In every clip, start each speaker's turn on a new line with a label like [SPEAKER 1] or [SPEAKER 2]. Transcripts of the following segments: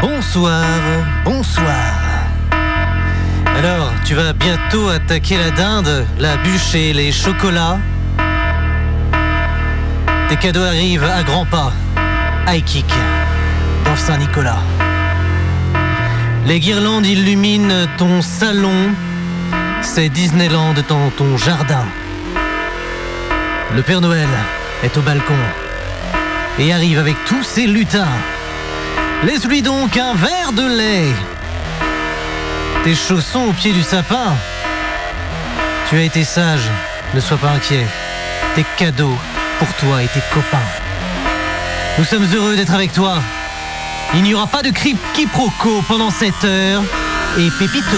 [SPEAKER 1] Bonsoir, bonsoir. Alors, tu vas bientôt attaquer la dinde, la bûche et les chocolats. Tes cadeaux arrivent à grands pas. High kick dans Saint-Nicolas. Les guirlandes illuminent ton salon. C'est Disneyland dans ton jardin. Le Père Noël est au balcon et arrive avec tous ses lutins. Laisse-lui donc un verre de lait. Tes chaussons au pied du sapin. Tu as été sage, ne sois pas inquiet. Tes cadeaux pour toi et tes copains. Nous sommes heureux d'être avec toi. Il n'y aura pas de cri quiproquo pendant cette heure. Et Pépito.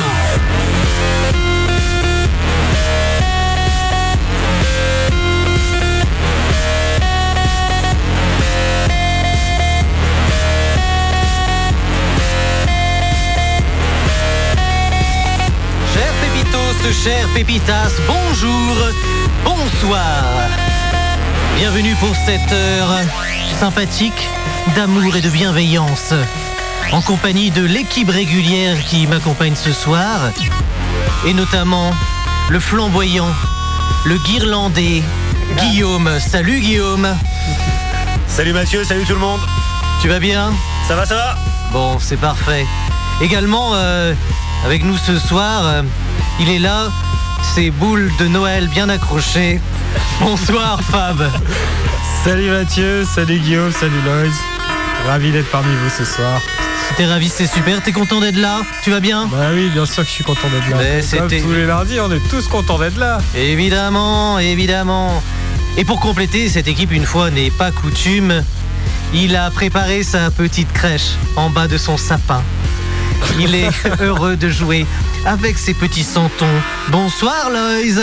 [SPEAKER 1] Cher Pépitos, cher Pépitas, bonjour, bonsoir. Bienvenue pour cette heure sympathique d'amour et de bienveillance. En compagnie de l'équipe régulière qui m'accompagne ce soir, et notamment le flamboyant, le guirlandais, Guillaume. Salut Guillaume,
[SPEAKER 2] Salut Mathieu, salut tout le monde.
[SPEAKER 1] tu vas bien
[SPEAKER 2] Ça va, ça va
[SPEAKER 1] Bon, c'est parfait. Également, euh, avec nous ce soir, euh, il est là, ses boules de Noël bien accrochées. Bonsoir Fab.
[SPEAKER 3] Salut Mathieu, salut Guillaume, salut Loïs. Ravi d'être parmi vous ce soir.
[SPEAKER 1] T'es ravi, c'est super, t'es content d'être là Tu vas bien
[SPEAKER 3] Bah oui, bien sûr que je suis content d'être là.
[SPEAKER 1] Mais
[SPEAKER 3] Comme
[SPEAKER 1] c'était-
[SPEAKER 3] tous les lundis, on est tous contents d'être là.
[SPEAKER 1] Évidemment, évidemment. Et pour compléter, cette équipe, une fois n'est pas coutume, il a préparé sa petite crèche en bas de son sapin. Il est heureux de jouer avec ses petits santons. Bonsoir Loïs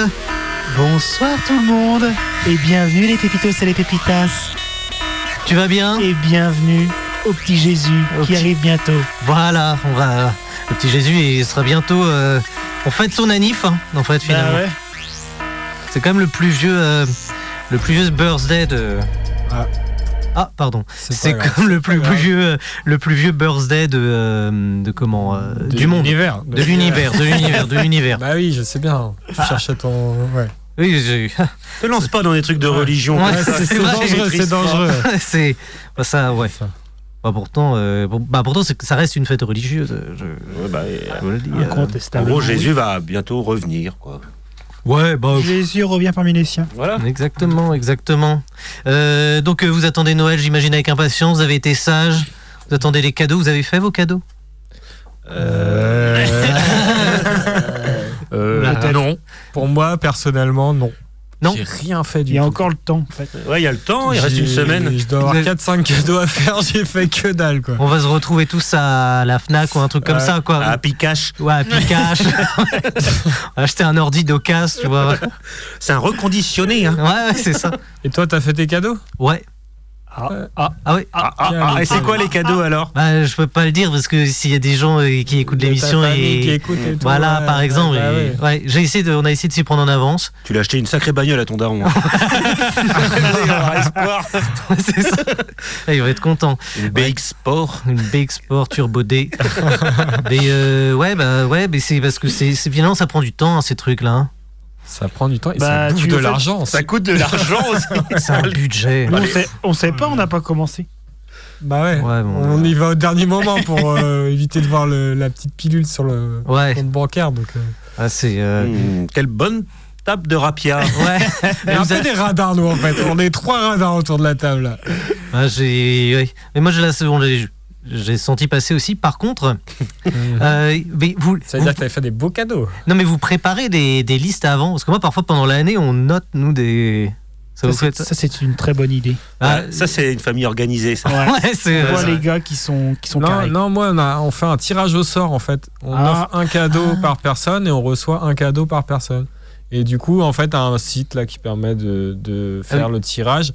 [SPEAKER 4] Bonsoir tout le monde et bienvenue les pépitos et les pépitas
[SPEAKER 1] Tu vas bien
[SPEAKER 4] et bienvenue au petit
[SPEAKER 3] Ah
[SPEAKER 4] Jésus
[SPEAKER 1] Au
[SPEAKER 4] qui
[SPEAKER 1] petit-
[SPEAKER 4] arrive bientôt.
[SPEAKER 1] Voilà, on va. Le petit Jésus, il sera bientôt. euh, on fête son anif, hein, en fait, finalement.
[SPEAKER 3] Ah ouais.
[SPEAKER 1] C'est quand même le plus vieux. euh, le plus vieux birthday de.
[SPEAKER 3] Ah.
[SPEAKER 1] Ah, pardon.
[SPEAKER 3] C'est
[SPEAKER 1] C'est
[SPEAKER 3] pas grave.
[SPEAKER 1] comme le plus,
[SPEAKER 3] grave.
[SPEAKER 1] vieux. euh, le plus vieux birthday de. euh, de comment euh,
[SPEAKER 3] De
[SPEAKER 1] Du monde.
[SPEAKER 3] l'univers.
[SPEAKER 1] De l'univers, de l'univers, de l'univers.
[SPEAKER 3] Bah oui, je sais bien. Tu cherchais ton. Ouais.
[SPEAKER 1] Oui, j'ai-
[SPEAKER 2] Te lance pas dans des trucs de religion.
[SPEAKER 1] Ouais,
[SPEAKER 3] Ouais,
[SPEAKER 1] c'est
[SPEAKER 3] c'est c'est
[SPEAKER 1] vrai,
[SPEAKER 3] dangereux,
[SPEAKER 1] j'ai-
[SPEAKER 3] c'est dangereux.
[SPEAKER 1] c'est. bah, ça, ouais. Bah, pourtant, euh, bon, bah, pourtant c'est que ça reste une fête religieuse. euh, Je,
[SPEAKER 2] Ouais, bah, et,
[SPEAKER 3] Ah,
[SPEAKER 2] euh,
[SPEAKER 1] je vous le dis. euh.
[SPEAKER 2] en
[SPEAKER 4] Incontestable.
[SPEAKER 2] gros, Jésus va bientôt revenir. Quoi.
[SPEAKER 1] Ouais, bah.
[SPEAKER 4] Jésus revient parmi les siens.
[SPEAKER 2] Voilà.
[SPEAKER 1] Exactement, exactement. Euh, donc euh, vous attendez Noël, j'imagine, avec impatience. Vous avez été sage. Vous attendez les cadeaux. Vous avez fait vos cadeaux
[SPEAKER 3] Euh,
[SPEAKER 1] Oula.
[SPEAKER 3] peut-être. Euh, non. Pour moi, personnellement, non.
[SPEAKER 1] Non.
[SPEAKER 3] J'ai rien fait
[SPEAKER 4] Il
[SPEAKER 3] du
[SPEAKER 4] y a
[SPEAKER 3] tout.
[SPEAKER 4] encore le temps en fait.
[SPEAKER 2] Ouais, il y a le temps, il reste
[SPEAKER 3] J'ai-
[SPEAKER 2] une semaine.
[SPEAKER 3] Je dois avoir
[SPEAKER 1] Mais-
[SPEAKER 3] 4-5 cadeaux à faire, j'ai fait que dalle quoi.
[SPEAKER 1] On va se retrouver tous à la Fnac ou un truc comme
[SPEAKER 3] Ouais.
[SPEAKER 1] ça, quoi.
[SPEAKER 2] À Picache,
[SPEAKER 1] Ouais, à Picache. Acheter un ordi d'occasion, tu vois.
[SPEAKER 2] c'est un reconditionné. Hein.
[SPEAKER 1] Ouais, ouais, c'est ça.
[SPEAKER 3] Et toi, t'as fait tes cadeaux
[SPEAKER 1] Ouais. Ah oui.
[SPEAKER 2] Ah, ah,
[SPEAKER 3] Tiens,
[SPEAKER 2] ah,
[SPEAKER 3] les
[SPEAKER 2] et c'est
[SPEAKER 3] cadeaux.
[SPEAKER 2] quoi les cadeaux alors
[SPEAKER 1] Bah, je peux pas le dire parce que s'il y a des gens euh, qui écoutent
[SPEAKER 3] De ta
[SPEAKER 1] l'émission
[SPEAKER 3] famille qui
[SPEAKER 1] et
[SPEAKER 3] écoute et tout,
[SPEAKER 1] voilà,
[SPEAKER 3] ouais,
[SPEAKER 1] par
[SPEAKER 3] ouais,
[SPEAKER 1] exemple,
[SPEAKER 3] bah
[SPEAKER 1] et-
[SPEAKER 3] ouais.
[SPEAKER 1] ouais, j'ai essayé de, on a essayé de s'y prendre en avance.
[SPEAKER 2] Tu l'as acheté une sacrée bagnole à ton daron.
[SPEAKER 3] Ah,
[SPEAKER 2] hein.
[SPEAKER 1] c'est ça. Là, il va être content.
[SPEAKER 2] Une BX Sport.
[SPEAKER 1] Une BX Sport Turbo D. mais euh, ouais, bah ouais, mais c'est parce que c'est c'est- finalement ça prend du temps hein, ces trucs-là. hein.
[SPEAKER 3] Ça prend du temps et ça
[SPEAKER 4] Bah,
[SPEAKER 3] bouffe
[SPEAKER 4] tu
[SPEAKER 3] de
[SPEAKER 4] veux faire-
[SPEAKER 3] l'argent.
[SPEAKER 2] Ça coûte de l'argent aussi.
[SPEAKER 1] C'est un budget.
[SPEAKER 4] Nous, on, sait, on sait pas, on n'a pas commencé.
[SPEAKER 3] Bah ouais.
[SPEAKER 1] Ouais, bon.
[SPEAKER 3] On y va au dernier moment pour euh, éviter de voir le- la petite pilule sur le
[SPEAKER 1] Ouais,
[SPEAKER 3] compte bancaire. Donc, euh.
[SPEAKER 1] ah, c'est. euh,
[SPEAKER 2] Hum, quelle bonne tape de rapia.
[SPEAKER 3] Mm.
[SPEAKER 1] Ouais,
[SPEAKER 3] Mais
[SPEAKER 1] Mais
[SPEAKER 3] un
[SPEAKER 1] vous
[SPEAKER 3] peu
[SPEAKER 1] avez-
[SPEAKER 3] des radars, nous, en fait. On est trois radars autour de la table. Là.
[SPEAKER 1] Ah, j'ai. ouais. Mais moi, j'ai la seconde. j'ai- J'ai senti passer aussi. Par contre, euh, mais vous,
[SPEAKER 3] Mm. Ça veut
[SPEAKER 1] vous-
[SPEAKER 3] dire que t'avais fait des beaux cadeaux.
[SPEAKER 1] non mais vous préparez des, des listes avant, parce que moi parfois pendant l'année on note nous des. Ça
[SPEAKER 4] Ça,
[SPEAKER 1] vous
[SPEAKER 4] c'est-
[SPEAKER 1] fait
[SPEAKER 4] ça, c'est une très bonne idée.
[SPEAKER 1] Ah,
[SPEAKER 2] Ouais, ça, c'est une famille organisée. Ça.
[SPEAKER 4] Ouais.
[SPEAKER 1] ouais, c'est.
[SPEAKER 4] On voit
[SPEAKER 1] ouais,
[SPEAKER 4] les gars qui sont qui sont
[SPEAKER 3] Non,
[SPEAKER 4] carrés.
[SPEAKER 3] non, moi, on, a- on fait un tirage au sort, en fait. On
[SPEAKER 4] Ah.
[SPEAKER 3] offre un cadeau par personne et on reçoit un cadeau par personne. Et du coup, en fait, t'as un site là qui permet de, de faire
[SPEAKER 1] Euh.
[SPEAKER 3] le tirage.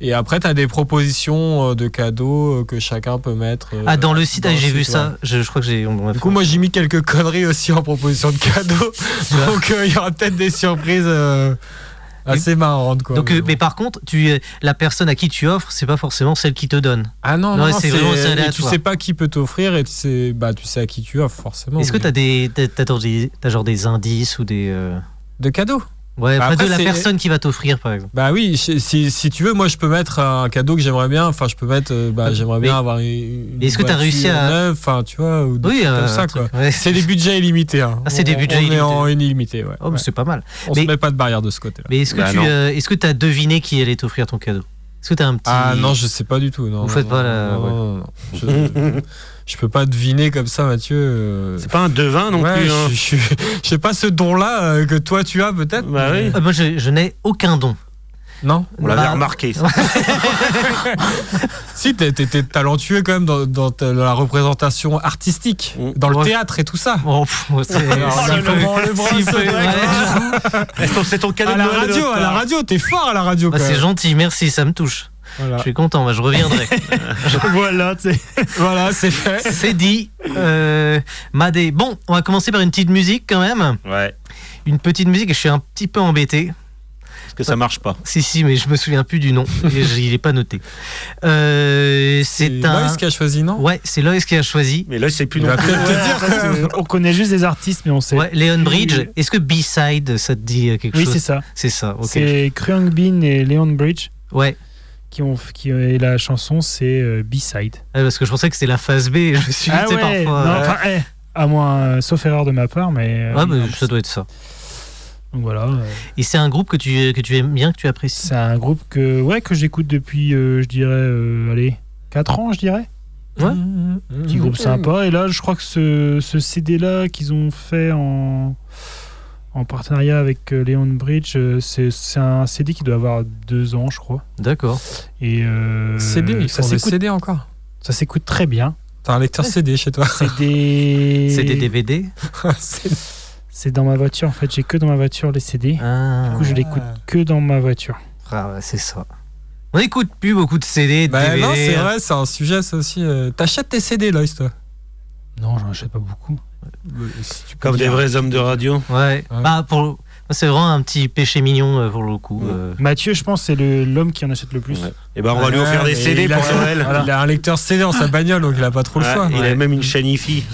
[SPEAKER 3] Et après, t'as des propositions euh, de cadeaux euh, que chacun peut mettre. euh,
[SPEAKER 1] Ah dans le site,
[SPEAKER 3] dans
[SPEAKER 1] ah,
[SPEAKER 3] le
[SPEAKER 1] j'ai
[SPEAKER 3] site,
[SPEAKER 1] vu
[SPEAKER 3] ouais.
[SPEAKER 1] ça. Je, je crois que j'ai. on m'a
[SPEAKER 3] Du
[SPEAKER 1] fait-
[SPEAKER 3] coup, moi, j'ai mis quelques conneries aussi en proposition de cadeaux. Donc, euh, il y aura peut-être des surprises euh, à assez marrante. Quoi,
[SPEAKER 1] Donc,
[SPEAKER 3] mais
[SPEAKER 1] euh,
[SPEAKER 3] bon.
[SPEAKER 1] mais par contre, tu, euh, la personne à qui tu offres, c'est pas forcément celle qui te donne.
[SPEAKER 3] ah non,
[SPEAKER 1] non,
[SPEAKER 3] non,
[SPEAKER 1] c'est
[SPEAKER 3] c'est
[SPEAKER 1] vraiment- c'est
[SPEAKER 3] et Tu
[SPEAKER 1] aléatoire.
[SPEAKER 3] sais pas qui peut t'offrir et tu sais, bah, tu sais à qui tu offres forcément.
[SPEAKER 1] Est-ce que
[SPEAKER 3] mais-
[SPEAKER 1] t'as des, t'as- t'as genre des, t'as genre des indices ou des, euh,
[SPEAKER 3] de cadeaux
[SPEAKER 1] ouais,
[SPEAKER 3] Bah
[SPEAKER 1] enfin,
[SPEAKER 3] après,
[SPEAKER 1] de la
[SPEAKER 3] c'est-
[SPEAKER 1] personne qui va t'offrir, par exemple.
[SPEAKER 3] Bah oui, si, si- si tu veux, moi je peux mettre un cadeau que j'aimerais bien. Enfin, je peux mettre, euh, bah,
[SPEAKER 1] Ah, Mais-
[SPEAKER 3] j'aimerais bien avoir une. une
[SPEAKER 1] est-ce que t'as
[SPEAKER 3] voiture
[SPEAKER 1] réussi à-
[SPEAKER 3] neuve, Enfin, tu vois, ou des
[SPEAKER 1] Oui,
[SPEAKER 3] trucs
[SPEAKER 1] euh,
[SPEAKER 3] comme ça
[SPEAKER 1] un
[SPEAKER 3] quoi.
[SPEAKER 1] truc, ouais.
[SPEAKER 3] C'est des budgets illimités. hein.
[SPEAKER 1] Ah, c'est des
[SPEAKER 3] On-
[SPEAKER 1] budgets
[SPEAKER 3] on
[SPEAKER 1] illimités.
[SPEAKER 3] Est en illimité, ouais.
[SPEAKER 1] Oh, mais
[SPEAKER 3] Ouais.
[SPEAKER 1] c'est pas mal.
[SPEAKER 3] On
[SPEAKER 1] mais-
[SPEAKER 3] se met pas de barrière de ce côté-là.
[SPEAKER 1] Mais est-ce que
[SPEAKER 2] Bah,
[SPEAKER 1] tu,
[SPEAKER 2] non.
[SPEAKER 1] euh, est-ce que t'as deviné qui allait t'offrir ton cadeau Est-ce que t'as un petit
[SPEAKER 3] Ah non, je sais pas du tout. Non,
[SPEAKER 1] Vous
[SPEAKER 3] non,
[SPEAKER 1] faites
[SPEAKER 3] non,
[SPEAKER 1] pas la-
[SPEAKER 3] non, non, non, non. Je, je peux pas deviner comme ça, Mathieu. euh.
[SPEAKER 2] C'est pas un devin non
[SPEAKER 3] Ouais,
[SPEAKER 2] plus. hein.
[SPEAKER 3] Je, je, je sais pas ce don-là euh, que toi tu as peut-être.
[SPEAKER 2] Bah
[SPEAKER 3] mais-
[SPEAKER 2] oui.
[SPEAKER 1] Ah, moi, je, je n'ai aucun don.
[SPEAKER 3] Non.
[SPEAKER 2] On l'avait
[SPEAKER 1] Bah,
[SPEAKER 2] remarqué. ça.
[SPEAKER 3] Si t'es- t'es t'es talentueux quand même dans, dans ta- dans la représentation artistique,
[SPEAKER 2] Mm.
[SPEAKER 3] dans le
[SPEAKER 1] Ouais.
[SPEAKER 3] théâtre et tout ça.
[SPEAKER 1] Oh, pff, c'est-
[SPEAKER 3] Alors,
[SPEAKER 1] s'il
[SPEAKER 3] le
[SPEAKER 1] peut-
[SPEAKER 3] moment, le bras,
[SPEAKER 1] s'il
[SPEAKER 3] ça
[SPEAKER 1] peut-
[SPEAKER 3] doit
[SPEAKER 1] ouais,
[SPEAKER 3] être-
[SPEAKER 1] j'avoue.
[SPEAKER 2] C'est ton- C'est ton cadeau
[SPEAKER 3] À
[SPEAKER 2] de
[SPEAKER 3] la
[SPEAKER 2] Noël de
[SPEAKER 3] radio,
[SPEAKER 2] notre
[SPEAKER 3] à la
[SPEAKER 2] part.
[SPEAKER 3] radio, t'es fort à la radio.
[SPEAKER 1] Bah,
[SPEAKER 3] quand
[SPEAKER 1] c'est
[SPEAKER 3] même.
[SPEAKER 1] gentil, merci, ça me touche. Je
[SPEAKER 3] Voilà,
[SPEAKER 1] suis content, bah, je reviendrai.
[SPEAKER 4] voilà, tu sais.
[SPEAKER 3] Voilà, c'est fait.
[SPEAKER 1] C'est dit. Euh, Madé. Bon, on va commencer par une petite musique quand même.
[SPEAKER 2] Ouais.
[SPEAKER 1] Une petite musique, et je suis un petit peu embêté.
[SPEAKER 2] Parce que ça marche pas.
[SPEAKER 1] Si, si, mais je me souviens plus du nom. Et je- Il est pas noté. Euh, c'est un.
[SPEAKER 3] Loïs qui a choisi, non
[SPEAKER 1] Ouais, c'est Loïs qui a choisi.
[SPEAKER 2] Mais là, c'est plus
[SPEAKER 3] Il
[SPEAKER 2] non
[SPEAKER 3] va
[SPEAKER 2] plus.
[SPEAKER 4] euh,
[SPEAKER 3] peut-être te dire. quand même.
[SPEAKER 4] On connaît juste des artistes, mais on sait.
[SPEAKER 1] Ouais, Leon Bridge. Est-ce que B-side, ça te dit euh, quelque
[SPEAKER 4] oui, c'est
[SPEAKER 1] chose
[SPEAKER 4] ça.
[SPEAKER 1] C'est ça, ok.
[SPEAKER 4] C'est Kruang Bin et Leon Bridge
[SPEAKER 1] Ouais,
[SPEAKER 4] qui ont qui euh, et la chanson c'est euh, B-side.
[SPEAKER 1] Ah, parce que je pensais que c'était la phase B. et Je me suis dit, tu sais, parfois.
[SPEAKER 4] Ah non,
[SPEAKER 1] euh,
[SPEAKER 4] enfin, eh, à moins euh, sauf erreur de ma part, mais euh,
[SPEAKER 1] ouais,
[SPEAKER 4] oui,
[SPEAKER 1] bah,
[SPEAKER 4] non,
[SPEAKER 1] ça doit être ça.
[SPEAKER 4] donc voilà. euh,
[SPEAKER 1] Et c'est un groupe que tu, que tu aimes bien, que tu apprécies
[SPEAKER 4] C'est un groupe que ouais que j'écoute depuis euh, je dirais euh, allez 4 ans je dirais.
[SPEAKER 3] Mmh.
[SPEAKER 1] Ouais.
[SPEAKER 4] Petit groupe
[SPEAKER 3] Euh,
[SPEAKER 4] sympa et là je crois que ce, ce CD là qu'ils ont fait en en partenariat avec euh, Leon Bridge euh, c'est c'est un CD qui doit avoir 2 ans je crois
[SPEAKER 1] D'accord.
[SPEAKER 4] et euh,
[SPEAKER 3] CD, ils
[SPEAKER 4] ça
[SPEAKER 3] font des
[SPEAKER 4] s'écoute
[SPEAKER 3] CD encore.
[SPEAKER 4] ça s'écoute très bien.
[SPEAKER 3] T'as un lecteur CD chez toi.
[SPEAKER 4] C'est des
[SPEAKER 1] C'est des DVD
[SPEAKER 3] C'est-
[SPEAKER 4] c'est dans ma voiture en fait, j'ai que dans ma voiture les CD.
[SPEAKER 1] Ah.
[SPEAKER 4] Du coup, je l'écoute que dans ma voiture.
[SPEAKER 1] Ah ouais, c'est ça. On n'écoute plus beaucoup de CD, de
[SPEAKER 3] Bah
[SPEAKER 1] DVD.
[SPEAKER 3] non, c'est
[SPEAKER 1] hein.
[SPEAKER 3] vrai, c'est un sujet ça aussi. euh, T'achètes tes CD, Loïs, toi
[SPEAKER 4] Non, j'en achète pas beaucoup.
[SPEAKER 2] Comme des vrais hommes de radio.
[SPEAKER 1] Ouais.
[SPEAKER 3] Ouais.
[SPEAKER 1] Bah, pour... moi, C'est vraiment un petit péché mignon euh, pour le coup.
[SPEAKER 2] Ouais.
[SPEAKER 1] euh.
[SPEAKER 4] Mathieu, je pense, c'est le- l'homme qui en achète le plus.
[SPEAKER 2] Ouais. Et ben, on va lui
[SPEAKER 3] Ouais,
[SPEAKER 2] offrir des
[SPEAKER 3] Ah, mais
[SPEAKER 2] CD
[SPEAKER 3] il a-
[SPEAKER 2] pour Noël.
[SPEAKER 3] Voilà. Il a un lecteur CD dans sa bagnole, donc il a pas trop le
[SPEAKER 2] Ouais,
[SPEAKER 3] choix.
[SPEAKER 2] il a même une chaîne IFI.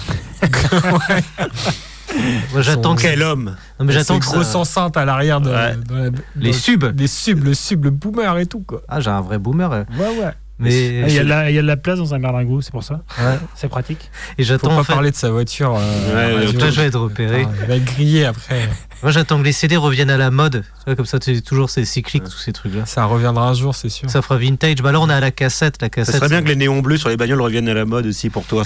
[SPEAKER 1] Moi, j'attends
[SPEAKER 3] sont-
[SPEAKER 1] que, ça-
[SPEAKER 2] Quel homme
[SPEAKER 1] non, mais j'attends que ça-
[SPEAKER 3] grosse enceinte à l'arrière de,
[SPEAKER 2] Ouais.
[SPEAKER 3] dans la-
[SPEAKER 1] les
[SPEAKER 3] dans-
[SPEAKER 1] subs.
[SPEAKER 3] des subs, le sub, le boomer et tout quoi.
[SPEAKER 1] Ah, j'ai un vrai boomer. euh.
[SPEAKER 3] Ouais ouais.
[SPEAKER 4] Ah,
[SPEAKER 1] Mais
[SPEAKER 4] Il y, a de la- il y a de la place dans un berlingot, c'est pour ça.
[SPEAKER 3] Ouais.
[SPEAKER 4] C'est pratique.
[SPEAKER 1] et
[SPEAKER 3] Faut
[SPEAKER 1] j'attends
[SPEAKER 3] pas
[SPEAKER 1] en fait-
[SPEAKER 3] parler Ah, de sa voiture. euh, à
[SPEAKER 2] Ouais,
[SPEAKER 3] la
[SPEAKER 2] ouais,
[SPEAKER 3] radio.
[SPEAKER 1] Toi, je vais être repéré.
[SPEAKER 3] Putain, il va être grillé après.
[SPEAKER 1] Moi, j'attends que les CD reviennent à la mode. Tu vois, comme ça, c'est toujours ces cycliques, tous ces trucs-là.
[SPEAKER 3] Ça reviendra un jour, c'est sûr.
[SPEAKER 1] Ça fera vintage. Bah là, on est à la cassette. La
[SPEAKER 2] Ça
[SPEAKER 1] cassette.
[SPEAKER 2] serait bien que les néons bleus sur les bagnoles reviennent à la mode aussi pour toi.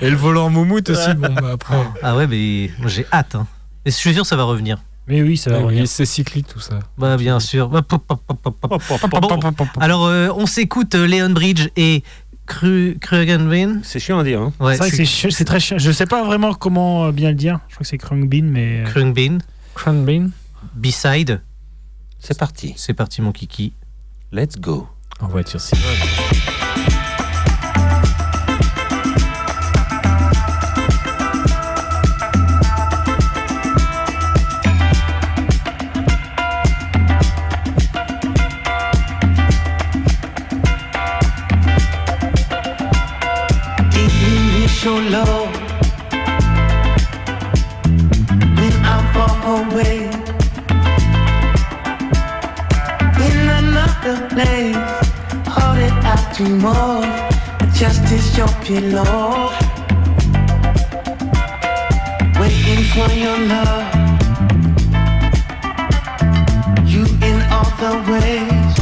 [SPEAKER 3] Et le volant moumoute aussi. Bon bah après.
[SPEAKER 1] Ah ouais, mais moi, j'ai hâte. hein. Et je suis sûr, ça va revenir.
[SPEAKER 4] Mais oui, ça va
[SPEAKER 3] Ouais,
[SPEAKER 4] revenir.
[SPEAKER 3] oui, c'est cyclique tout ça.
[SPEAKER 1] Bah bien sûr. Bah, pop, pop, pop, pop, pop.
[SPEAKER 2] Bon,
[SPEAKER 1] Alors, euh, on s'écoute euh, Leon Bridge et Kru Krugenwin.
[SPEAKER 2] c'est chiant à dire. Hein.
[SPEAKER 1] Ouais,
[SPEAKER 4] c'est vrai que c'est chi- c'est très chiant. Je sais pas vraiment comment euh, bien le dire. Je crois que c'est Krungbin, mais. euh,
[SPEAKER 1] Krugenwin.
[SPEAKER 3] Cranbean.
[SPEAKER 1] B-side.
[SPEAKER 2] C'est parti.
[SPEAKER 1] C'est parti, mon kiki.
[SPEAKER 2] Let's go.
[SPEAKER 3] En voiture, c'est.
[SPEAKER 5] Deep in your love, when I'm far away in another place, hold it out to more. Just is your pillow, waiting for your love. You in all the ways,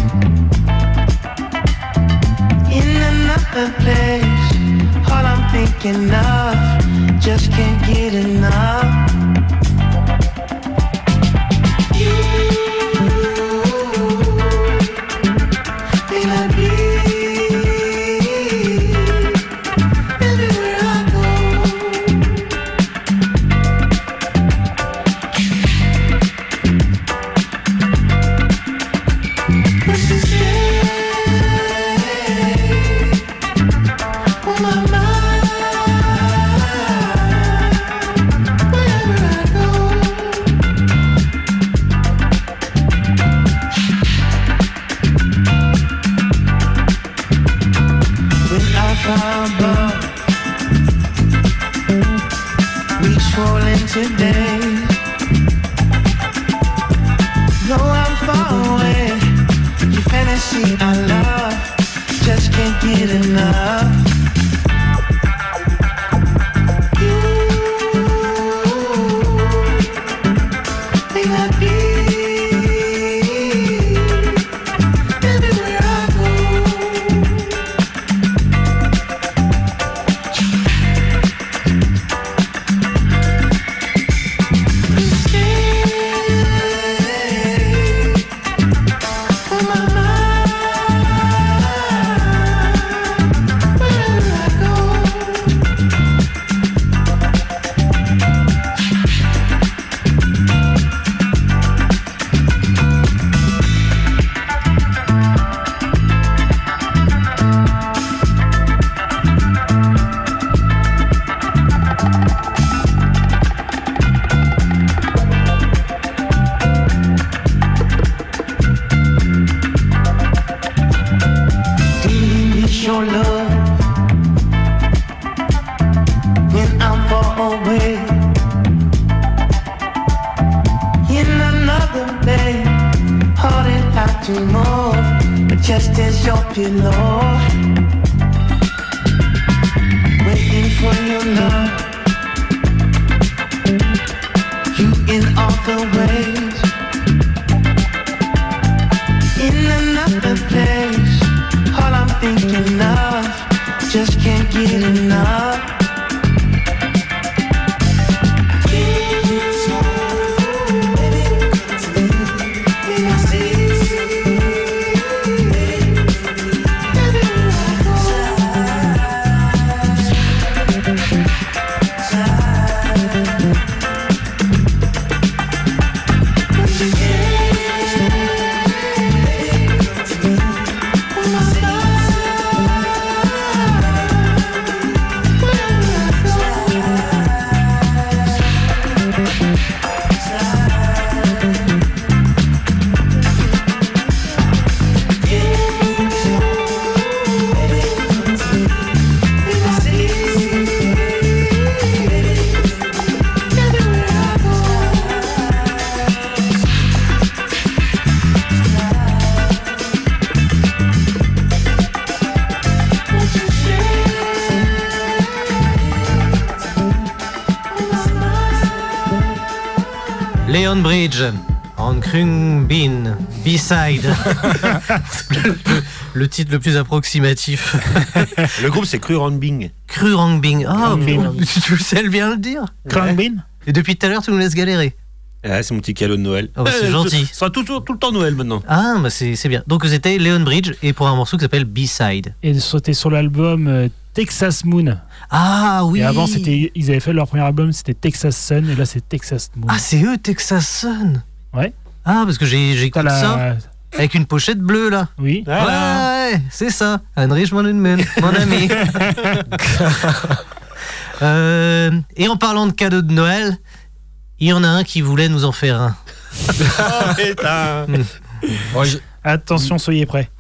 [SPEAKER 5] in another place. All I'm thinking of, just can't get enough. You, may not be everywhere I go. What you say? on my mind wherever I go. trouble. We trolling today. No, I'm far away. Your fantasy I love, just can't get enough. You may not be Everywhere I go, Thank your love when I'm far away in another day, hard and hard to move, but just as your pillow, waiting for your love, you in all the ways. In another place, all I'm thinking of, just can't get enough.
[SPEAKER 1] Leon Bridge, On Krung Bin, B-side. le, le titre le plus approximatif.
[SPEAKER 2] Le groupe, c'est Cru Bing.
[SPEAKER 1] Krung Bin. Ah,
[SPEAKER 4] Krung Bin.
[SPEAKER 1] tu- tu sais bien le dire.
[SPEAKER 4] Crangbin
[SPEAKER 1] Et depuis tout à l'heure, tu nous laisses galérer.
[SPEAKER 2] Ah, c'est mon petit cadeau de Noël.
[SPEAKER 1] Ah, bah, c'est
[SPEAKER 2] Eh,
[SPEAKER 1] gentil.
[SPEAKER 2] Ce sera toujours tout le temps Noël maintenant.
[SPEAKER 1] Ah, bah c'est c'est bien. Donc c'était Leon Bridge et pour un morceau qui s'appelle B-side.
[SPEAKER 4] Et de sauter sur l'album euh, Texas Moon.
[SPEAKER 1] Ah oui.
[SPEAKER 4] Et avant, c'était, ils avaient fait leur premier album, c'était Texas Sun, et là, c'est Texas Moon.
[SPEAKER 1] Ah, c'est eux, Texas Sun.
[SPEAKER 4] Ouais.
[SPEAKER 1] Ah, parce que j'ai
[SPEAKER 4] T'as
[SPEAKER 1] j'écoute
[SPEAKER 4] la-
[SPEAKER 1] ça avec une pochette bleue là.
[SPEAKER 4] Oui.
[SPEAKER 1] Ouais, ouais, c'est ça. Heinrich Mannenmann, mon ami. Euh, et en parlant de cadeaux de Noël, il y en a un qui voulait nous en faire un.
[SPEAKER 2] Oh, putain.
[SPEAKER 3] Moi, Oh, j'ai
[SPEAKER 1] Mm.
[SPEAKER 4] Attention, soyez prêts.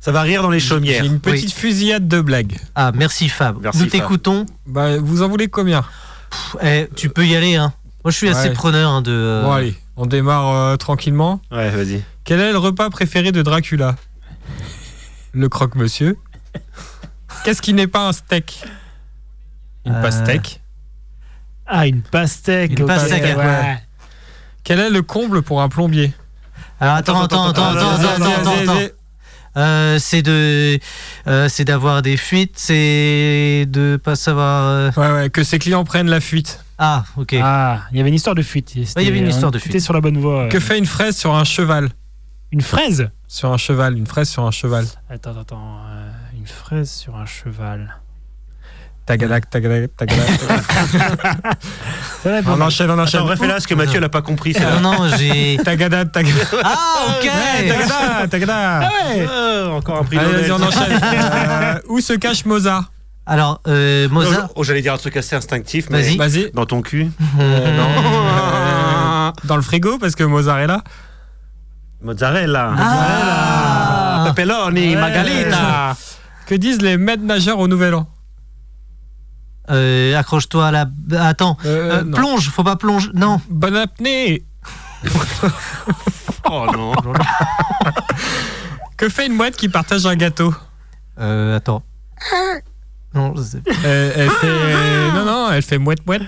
[SPEAKER 2] Ça va rire dans les
[SPEAKER 3] j'ai
[SPEAKER 2] chaumières.
[SPEAKER 3] une petite fusillade de blagues.
[SPEAKER 1] Ah, merci Fab.
[SPEAKER 2] Merci,
[SPEAKER 1] nous
[SPEAKER 2] Fab.
[SPEAKER 1] t'écoutons.
[SPEAKER 3] Bah, vous en voulez combien
[SPEAKER 1] Pff, eh, tu peux y aller. Hein. Moi, je suis assez
[SPEAKER 3] Ouais.
[SPEAKER 1] preneur hein, de. euh,
[SPEAKER 3] Bon, allez, on démarre euh, tranquillement.
[SPEAKER 2] Ouais, vas-y.
[SPEAKER 3] Quel est le repas préféré de Dracula Le croque-monsieur. Qu'est-ce qui n'est pas un steak Une
[SPEAKER 1] Euh.
[SPEAKER 3] pastèque.
[SPEAKER 4] Ah, une pastèque.
[SPEAKER 1] Une
[SPEAKER 4] ok,
[SPEAKER 1] pastèque,
[SPEAKER 4] ouais.
[SPEAKER 1] ouais.
[SPEAKER 3] Quel est le comble pour un plombier
[SPEAKER 1] Alors, attends, attends, attends, attends,
[SPEAKER 3] Allez,
[SPEAKER 1] attends,
[SPEAKER 3] allez,
[SPEAKER 1] attends,
[SPEAKER 3] allez,
[SPEAKER 1] attends.
[SPEAKER 3] allez.
[SPEAKER 1] Euh, c'est de, euh, c'est d'avoir des fuites, c'est de pas savoir. euh,
[SPEAKER 3] Ouais, ouais, que ses clients prennent la fuite.
[SPEAKER 1] Ah, ok.
[SPEAKER 4] Ah, il y avait une histoire de fuite. Il
[SPEAKER 1] Ouais, il y avait une histoire de fuite.
[SPEAKER 4] sur la bonne voie. euh,
[SPEAKER 3] Que fait une fraise sur un cheval
[SPEAKER 4] Une fraise
[SPEAKER 3] Sur un cheval, une fraise sur un cheval.
[SPEAKER 4] Attends, attends, attends. euh, une fraise sur un cheval.
[SPEAKER 3] Tagalac, tagalac, tagalac. tagalac.
[SPEAKER 4] Ça va, pas
[SPEAKER 3] on
[SPEAKER 4] mal.
[SPEAKER 3] enchaîne, on enchaîne.
[SPEAKER 2] Attends, refais-la, ce que Mathieu n'a pas compris. c'est
[SPEAKER 1] Ah, Non,
[SPEAKER 2] là.
[SPEAKER 1] non, j'ai.
[SPEAKER 3] Tagada, tagada.
[SPEAKER 1] Ah, ok.
[SPEAKER 3] Ouais, tagada, tagada.
[SPEAKER 2] Ah, encore un prix
[SPEAKER 3] Allez,
[SPEAKER 2] Nobel.
[SPEAKER 3] vas-y, on enchaîne. Euh, où se cache Mozart
[SPEAKER 1] Alors, euh,
[SPEAKER 2] Non,
[SPEAKER 1] Mozart.
[SPEAKER 2] je- oh, J'allais dire un truc assez instinctif, mais
[SPEAKER 1] Vas-y.
[SPEAKER 3] Vas-y.
[SPEAKER 2] dans ton cul.
[SPEAKER 3] Euh, dans le frigo, parce que Mozart est là.
[SPEAKER 2] Mozzarella.
[SPEAKER 1] Ah.
[SPEAKER 2] Pepperoni,
[SPEAKER 3] Ouais.
[SPEAKER 2] margarita.
[SPEAKER 3] Euh, Que disent les maîtres nageurs au Nouvel An
[SPEAKER 1] Euh, Accroche-toi à la. Attends.
[SPEAKER 3] Euh,
[SPEAKER 1] Euh,
[SPEAKER 3] non.
[SPEAKER 1] plonge, faut pas plonger. Non.
[SPEAKER 3] Bonne apnée
[SPEAKER 2] Oh non.
[SPEAKER 3] Que fait une mouette qui partage un gâteau
[SPEAKER 1] Euh, attends. Non, je sais pas.
[SPEAKER 3] Euh, Elle fait... Non, non, elle fait mouette mouette.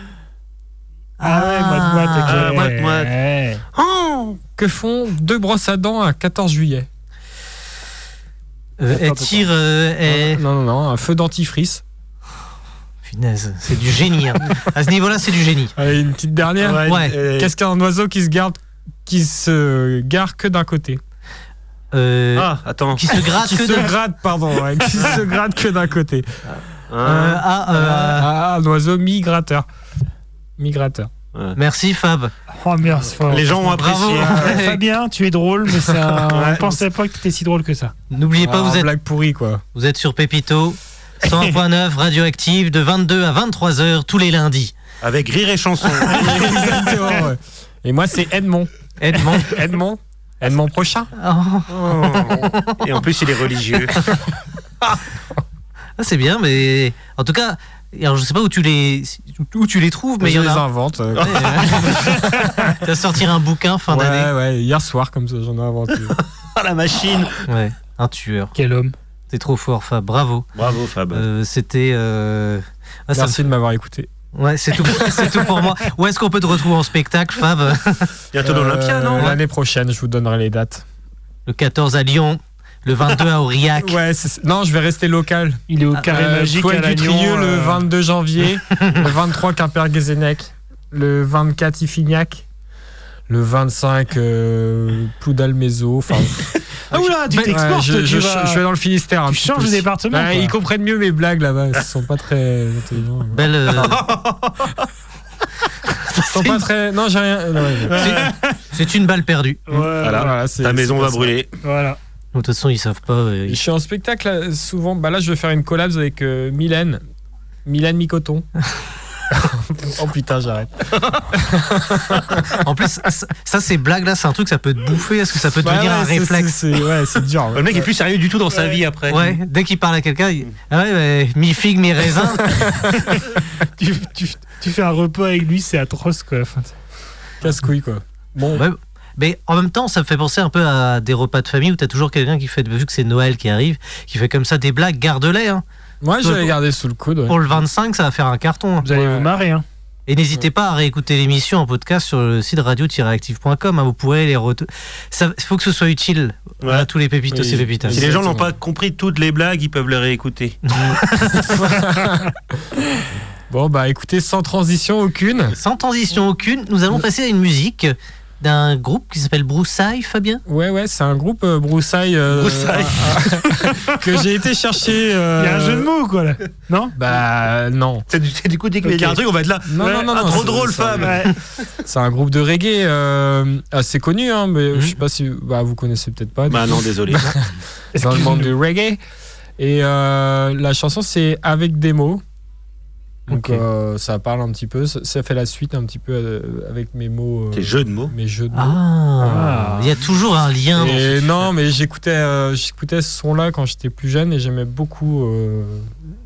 [SPEAKER 4] Ah ouais, moite, moite, ok.
[SPEAKER 2] Ah, moite, moite.
[SPEAKER 4] Ouais.
[SPEAKER 3] Que font deux brosses à dents à 14 juillet
[SPEAKER 1] Euh, elle
[SPEAKER 4] Attends,
[SPEAKER 1] tire. euh, elle-
[SPEAKER 3] Non, non, non, un feu dentifrice.
[SPEAKER 1] Punaise, c'est du génie. hein. À ce niveau-là, c'est du génie.
[SPEAKER 3] Allez, une petite dernière.
[SPEAKER 2] Ouais.
[SPEAKER 1] Ouais.
[SPEAKER 2] euh,
[SPEAKER 3] Qu'est-ce qu'un oiseau qui se garde qui se gare que d'un côté
[SPEAKER 1] Euh,
[SPEAKER 2] Ah, attends.
[SPEAKER 1] Qui se gratte
[SPEAKER 3] Qui
[SPEAKER 1] que
[SPEAKER 3] se
[SPEAKER 1] d'un-
[SPEAKER 3] gratte, pardon, ouais, qui se gratte que d'un côté.
[SPEAKER 1] Euh,
[SPEAKER 2] Hein
[SPEAKER 1] ah, euh,
[SPEAKER 3] Ah, un oiseau migrateur. Migrateur.
[SPEAKER 1] Merci Fab.
[SPEAKER 4] Oh merci. fort.
[SPEAKER 2] Les gens ont
[SPEAKER 1] Bravo.
[SPEAKER 2] apprécié. hein.
[SPEAKER 4] Euh, Fabien, tu es drôle, mais ça, on
[SPEAKER 2] Ouais.
[SPEAKER 4] pensait pas que t'étais si drôle que ça.
[SPEAKER 1] N'oubliez pas,
[SPEAKER 3] Ah,
[SPEAKER 1] vous êtes,
[SPEAKER 3] blague pourrie, quoi.
[SPEAKER 1] vous êtes sur Pépito 101.9 radioactive de 22 à 23 heures tous les lundis.
[SPEAKER 2] Avec rire et chanson.
[SPEAKER 3] Exactement, ouais. Et moi, c'est Edmond.
[SPEAKER 1] Edmond.
[SPEAKER 3] Edmond Edmond prochain
[SPEAKER 1] Oh.
[SPEAKER 2] Oh. Et en plus, il est religieux.
[SPEAKER 1] Ah, c'est bien, mais en tout cas, alors je sais pas où tu les où tu les trouves, mais il y
[SPEAKER 3] je
[SPEAKER 1] en
[SPEAKER 3] les
[SPEAKER 1] a.
[SPEAKER 3] invente. euh,
[SPEAKER 1] Tu vas sortir un bouquin fin
[SPEAKER 3] ouais,
[SPEAKER 1] d'année.
[SPEAKER 3] ouais, hier soir, comme ça, j'en ai inventé.
[SPEAKER 2] Ah, la machine.
[SPEAKER 1] Ouais, un tueur.
[SPEAKER 4] Quel homme.
[SPEAKER 1] T'es trop fort, Fab. Bravo.
[SPEAKER 2] Bravo, Fab.
[SPEAKER 1] Euh, C'était. euh, ah, ça me-
[SPEAKER 3] Merci de m'avoir écouté.
[SPEAKER 1] Ouais, c'est tout. c'est tout pour moi. Où est-ce qu'on peut te retrouver en spectacle, Fab
[SPEAKER 2] Bientôt dans
[SPEAKER 3] Euh,
[SPEAKER 2] l'Olympia, non
[SPEAKER 3] L'année prochaine, je vous donnerai les dates.
[SPEAKER 1] Le 14 à Lyon, le 22 à Aurillac.
[SPEAKER 3] Ouais, c'est- non, je vais rester local.
[SPEAKER 4] Il est au carré
[SPEAKER 3] Euh,
[SPEAKER 4] magique
[SPEAKER 3] Chloé
[SPEAKER 4] à Lannion,
[SPEAKER 3] Dutrieux, le
[SPEAKER 4] euh,
[SPEAKER 3] 22 janvier, le 23 Quimper-Guézenec, le 24 Ifignac, le 25 euh, Ploudalmézo. Enfin,
[SPEAKER 4] Ah oula, tu
[SPEAKER 3] ouais,
[SPEAKER 4] t'exportes,
[SPEAKER 3] je,
[SPEAKER 4] tu
[SPEAKER 3] je-
[SPEAKER 4] vas-
[SPEAKER 3] je vais dans le Finistère. un
[SPEAKER 4] tu
[SPEAKER 3] petit
[SPEAKER 4] changes
[SPEAKER 3] peu.
[SPEAKER 4] de département,
[SPEAKER 3] Ouais,
[SPEAKER 4] quoi.
[SPEAKER 3] ils comprennent mieux mes blagues là-bas. Ils sont pas très intelligents.
[SPEAKER 1] Belle. euh,
[SPEAKER 3] Ils sont pas très. Non, j'ai rien. euh, ouais, ouais.
[SPEAKER 1] c'est- c'est une balle perdue.
[SPEAKER 4] Ouais,
[SPEAKER 2] Voilà.
[SPEAKER 3] c'est-
[SPEAKER 2] Ta maison
[SPEAKER 3] c'est
[SPEAKER 2] va
[SPEAKER 3] ça.
[SPEAKER 2] brûler.
[SPEAKER 4] Voilà.
[SPEAKER 1] De toute façon, ils savent pas. euh,
[SPEAKER 3] Je
[SPEAKER 1] ils-
[SPEAKER 3] suis en spectacle euh, souvent. Bah là, je vais faire une collab avec euh, Mylène. Mylène Micoton. oh putain, j'arrête.
[SPEAKER 1] En plus, ça, ça, ces blagues-là, c'est un truc, ça peut te bouffer. Est-ce que ça peut
[SPEAKER 3] Ouais,
[SPEAKER 1] devenir
[SPEAKER 3] ouais,
[SPEAKER 1] un
[SPEAKER 3] c'est-
[SPEAKER 1] réflexe
[SPEAKER 3] c'est- c'est- Ouais, c'est dur. hein. ouais.
[SPEAKER 2] Le mec est plus sérieux du tout dans sa vie après.
[SPEAKER 1] Ouais, dès qu'il parle à quelqu'un, il... ah ouais, mais mi figue, mi raisin.
[SPEAKER 4] Tu, tu- tu fais un repas avec lui, c'est atroce quoi. Enfin, c'est-
[SPEAKER 3] Casse-couille, quoi. Bon,
[SPEAKER 1] Ouais. Mais en même temps, ça me fait penser un peu à des repas de famille où t'as toujours quelqu'un qui fait, bah, vu que c'est Noël qui arrive, qui fait comme ça des blagues, garde-les. hein.
[SPEAKER 3] moi, je vais les garder sous le coude. ouais.
[SPEAKER 1] Pour le 25, ça va faire un carton. hein.
[SPEAKER 4] vous allez
[SPEAKER 3] Ouais.
[SPEAKER 4] vous marrer. Hein.
[SPEAKER 1] Et n'hésitez pas à réécouter l'émission en podcast sur le site radio-active.com. hein. Vous pourrez les retour. Il faut que ce soit utile à
[SPEAKER 2] Ouais.
[SPEAKER 1] tous les pépitos
[SPEAKER 3] Oui.
[SPEAKER 1] et pépitas.
[SPEAKER 2] Si les gens n'ont
[SPEAKER 3] Exactement.
[SPEAKER 2] pas compris toutes les blagues, ils peuvent les réécouter.
[SPEAKER 3] Bon, bah écoutez, sans transition aucune.
[SPEAKER 1] Sans transition aucune, nous allons passer à une musique d'un groupe qui s'appelle Broussailles, Fabien.
[SPEAKER 3] Ouais, ouais, c'est un groupe euh, broussailles. euh,
[SPEAKER 2] Broussailles.
[SPEAKER 3] euh, que j'ai été chercher. euh,
[SPEAKER 4] Il y a un jeu de mots quoi là. Non
[SPEAKER 3] Bah non.
[SPEAKER 2] C'est du, c'est du coup, dès qu'il y a un truc, on va être là.
[SPEAKER 3] Non,
[SPEAKER 2] Ouais,
[SPEAKER 3] non, non,
[SPEAKER 2] ah,
[SPEAKER 3] non,
[SPEAKER 2] trop
[SPEAKER 3] c'est-
[SPEAKER 2] drôle,
[SPEAKER 3] c'est-
[SPEAKER 2] Fab.
[SPEAKER 4] Ouais.
[SPEAKER 3] C'est un groupe de reggae euh, assez connu, hein, mais je sais pas si bah, vous connaissez peut-être pas.
[SPEAKER 2] Mhm. Bah non, désolé.
[SPEAKER 3] dans le
[SPEAKER 4] Excuse-nous.
[SPEAKER 3] monde du reggae. Et euh, la chanson, c'est Avec des mots. Donc
[SPEAKER 1] Ok.
[SPEAKER 3] euh, ça parle un petit peu, ça, ça fait la suite un petit peu euh, avec mes mots, euh,
[SPEAKER 2] Tes jeux de mots.
[SPEAKER 3] mes jeux de mots.
[SPEAKER 1] Ah,
[SPEAKER 4] Ah.
[SPEAKER 1] il y a toujours un lien. dans ce-
[SPEAKER 3] Et non, mais j'écoutais, euh, j'écoutais ce son-là quand j'étais plus jeune et j'aimais beaucoup euh,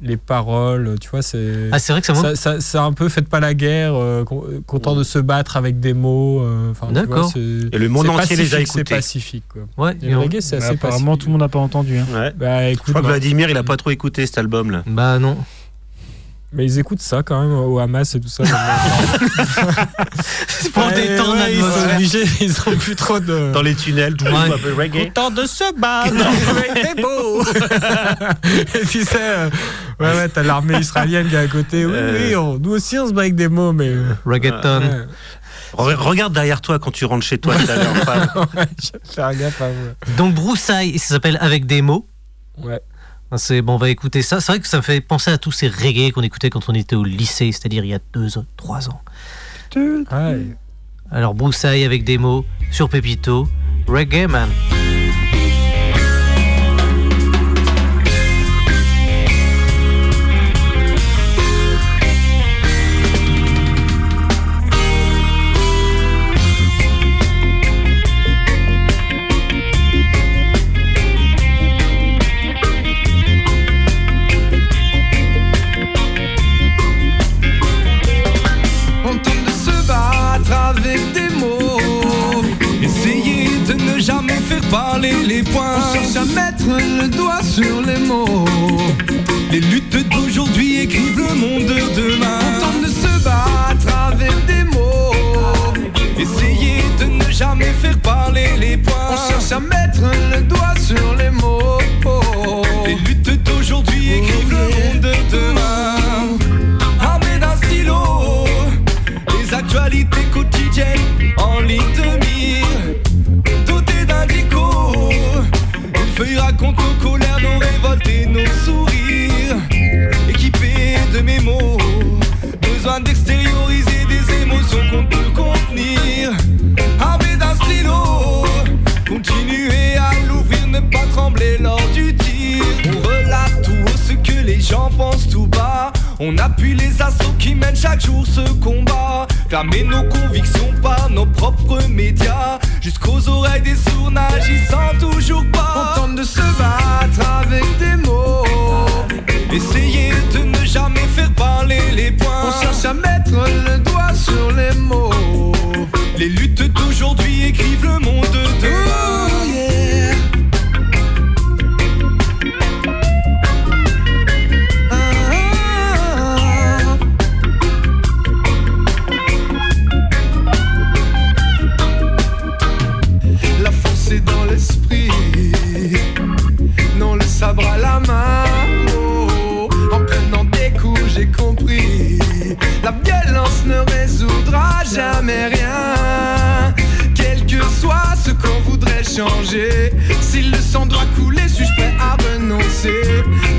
[SPEAKER 3] les paroles. Tu vois, c'est
[SPEAKER 1] Ah, c'est vrai que ça monte.
[SPEAKER 3] ça, ça- ça un peu faites pas la guerre, euh, con- euh, content de se battre avec des mots. euh, enfin, tu vois,
[SPEAKER 1] D'accord.
[SPEAKER 3] c'est-
[SPEAKER 2] Et le monde
[SPEAKER 3] c'est
[SPEAKER 2] entier les a
[SPEAKER 3] pacifique, C'est
[SPEAKER 2] écoutés.
[SPEAKER 3] pacifique. Quoi.
[SPEAKER 1] Ouais,
[SPEAKER 3] Et
[SPEAKER 1] et
[SPEAKER 3] le
[SPEAKER 1] on-
[SPEAKER 3] reggae, c'est
[SPEAKER 4] Bah,
[SPEAKER 3] assez
[SPEAKER 4] apparemment,
[SPEAKER 3] pacifique.
[SPEAKER 4] tout le monde n'a pas entendu. Hein.
[SPEAKER 2] Ouais.
[SPEAKER 3] Bah,
[SPEAKER 2] Je
[SPEAKER 3] écoute,
[SPEAKER 2] crois que
[SPEAKER 3] moi,
[SPEAKER 2] Vladimir, il a pas trop écouté cet album là.
[SPEAKER 1] Bah non.
[SPEAKER 3] Mais ils écoutent ça quand même au Hamas et tout ça.
[SPEAKER 1] C'est pour
[SPEAKER 3] Ouais,
[SPEAKER 1] détendre
[SPEAKER 3] ouais, ils sont
[SPEAKER 1] l'atmosphère.
[SPEAKER 3] obligés, ils ont plus trop de.
[SPEAKER 2] Dans les tunnels, tout le
[SPEAKER 1] Ouais.
[SPEAKER 2] monde un peu reggae.
[SPEAKER 3] Content de se battre, beau. tu sais, euh, ouais, ouais, t'as l'armée israélienne qui est à côté. Oui,
[SPEAKER 2] Euh. Hum.
[SPEAKER 3] oui, on- nous aussi on se bat avec des mots, mais. euh,
[SPEAKER 1] Reggaeton.
[SPEAKER 3] ouais.
[SPEAKER 2] Re- Regarde derrière toi quand tu rentres chez toi tout à l'heure, Fab.
[SPEAKER 3] Ouais, je vais faire gaffe à vous.
[SPEAKER 1] Donc Broussailles, ça s'appelle Avec des mots.
[SPEAKER 3] Ouais.
[SPEAKER 1] Ah, C'est bon, on va écouter ça. C'est vrai que ça me fait penser à tous ces reggae qu'on écoutait quand on était au lycée, c'est-à-dire il y a deux, ans, trois ans.
[SPEAKER 3] Ouais.
[SPEAKER 1] Alors Broussailles avec des mots sur Pépito, Reggae Man.
[SPEAKER 6] poids sur les mots. Les luttes d'aujourd'hui écrivent le monde de demain. On tente de se battre avec des mots. Essayez de ne jamais faire parler les points. On cherche à mettre le doigt sur les mots. Les luttes d'aujourd'hui écrivent le monde de demain. Armé d'un stylo, les actualités quotidiennes en ligne de mire. Doté d'un dico, une feuille raconte nos colères, nos révoltes et nos sourires. Équipé de mémos, besoin d'extérioriser des émotions qu'on peut contenir. Armé d'un stylo, continuez à l'ouvrir, ne pas trembler lors du tir. On relate tout haut ce que les gens pensent tout bas. On appuie les assauts qui mènent chaque jour ce combat. Clamer nos convictions par nos propres médias. Jusqu'aux oreilles des sourds n'agissant toujours pas. On tente de se battre avec des mots. Essayez de ne jamais faire parler les points. On cherche à mettre le doigt sur les mots. Les luttes d'aujourd'hui écrivent le monde de demain. Ah, La force est dans l'esprit, non le sabre à la main. Oh, en prenant des coups, j'ai compris. La violence ne résoudra jamais rien. Quel que soit ce qu'on voudrait changer, si le sang doit couler, suis-je prêt à renoncer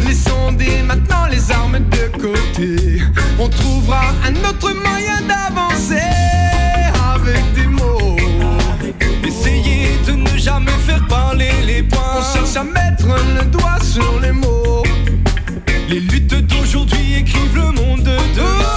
[SPEAKER 6] Laissons dès maintenant les armes de côté. On trouvera un autre moyen d'avancer avec des mots. Essayez de ne jamais faire parler les points. On cherche à mettre le doigt sur les mots. Les luttes d'aujourd'hui écrivent le monde de demain.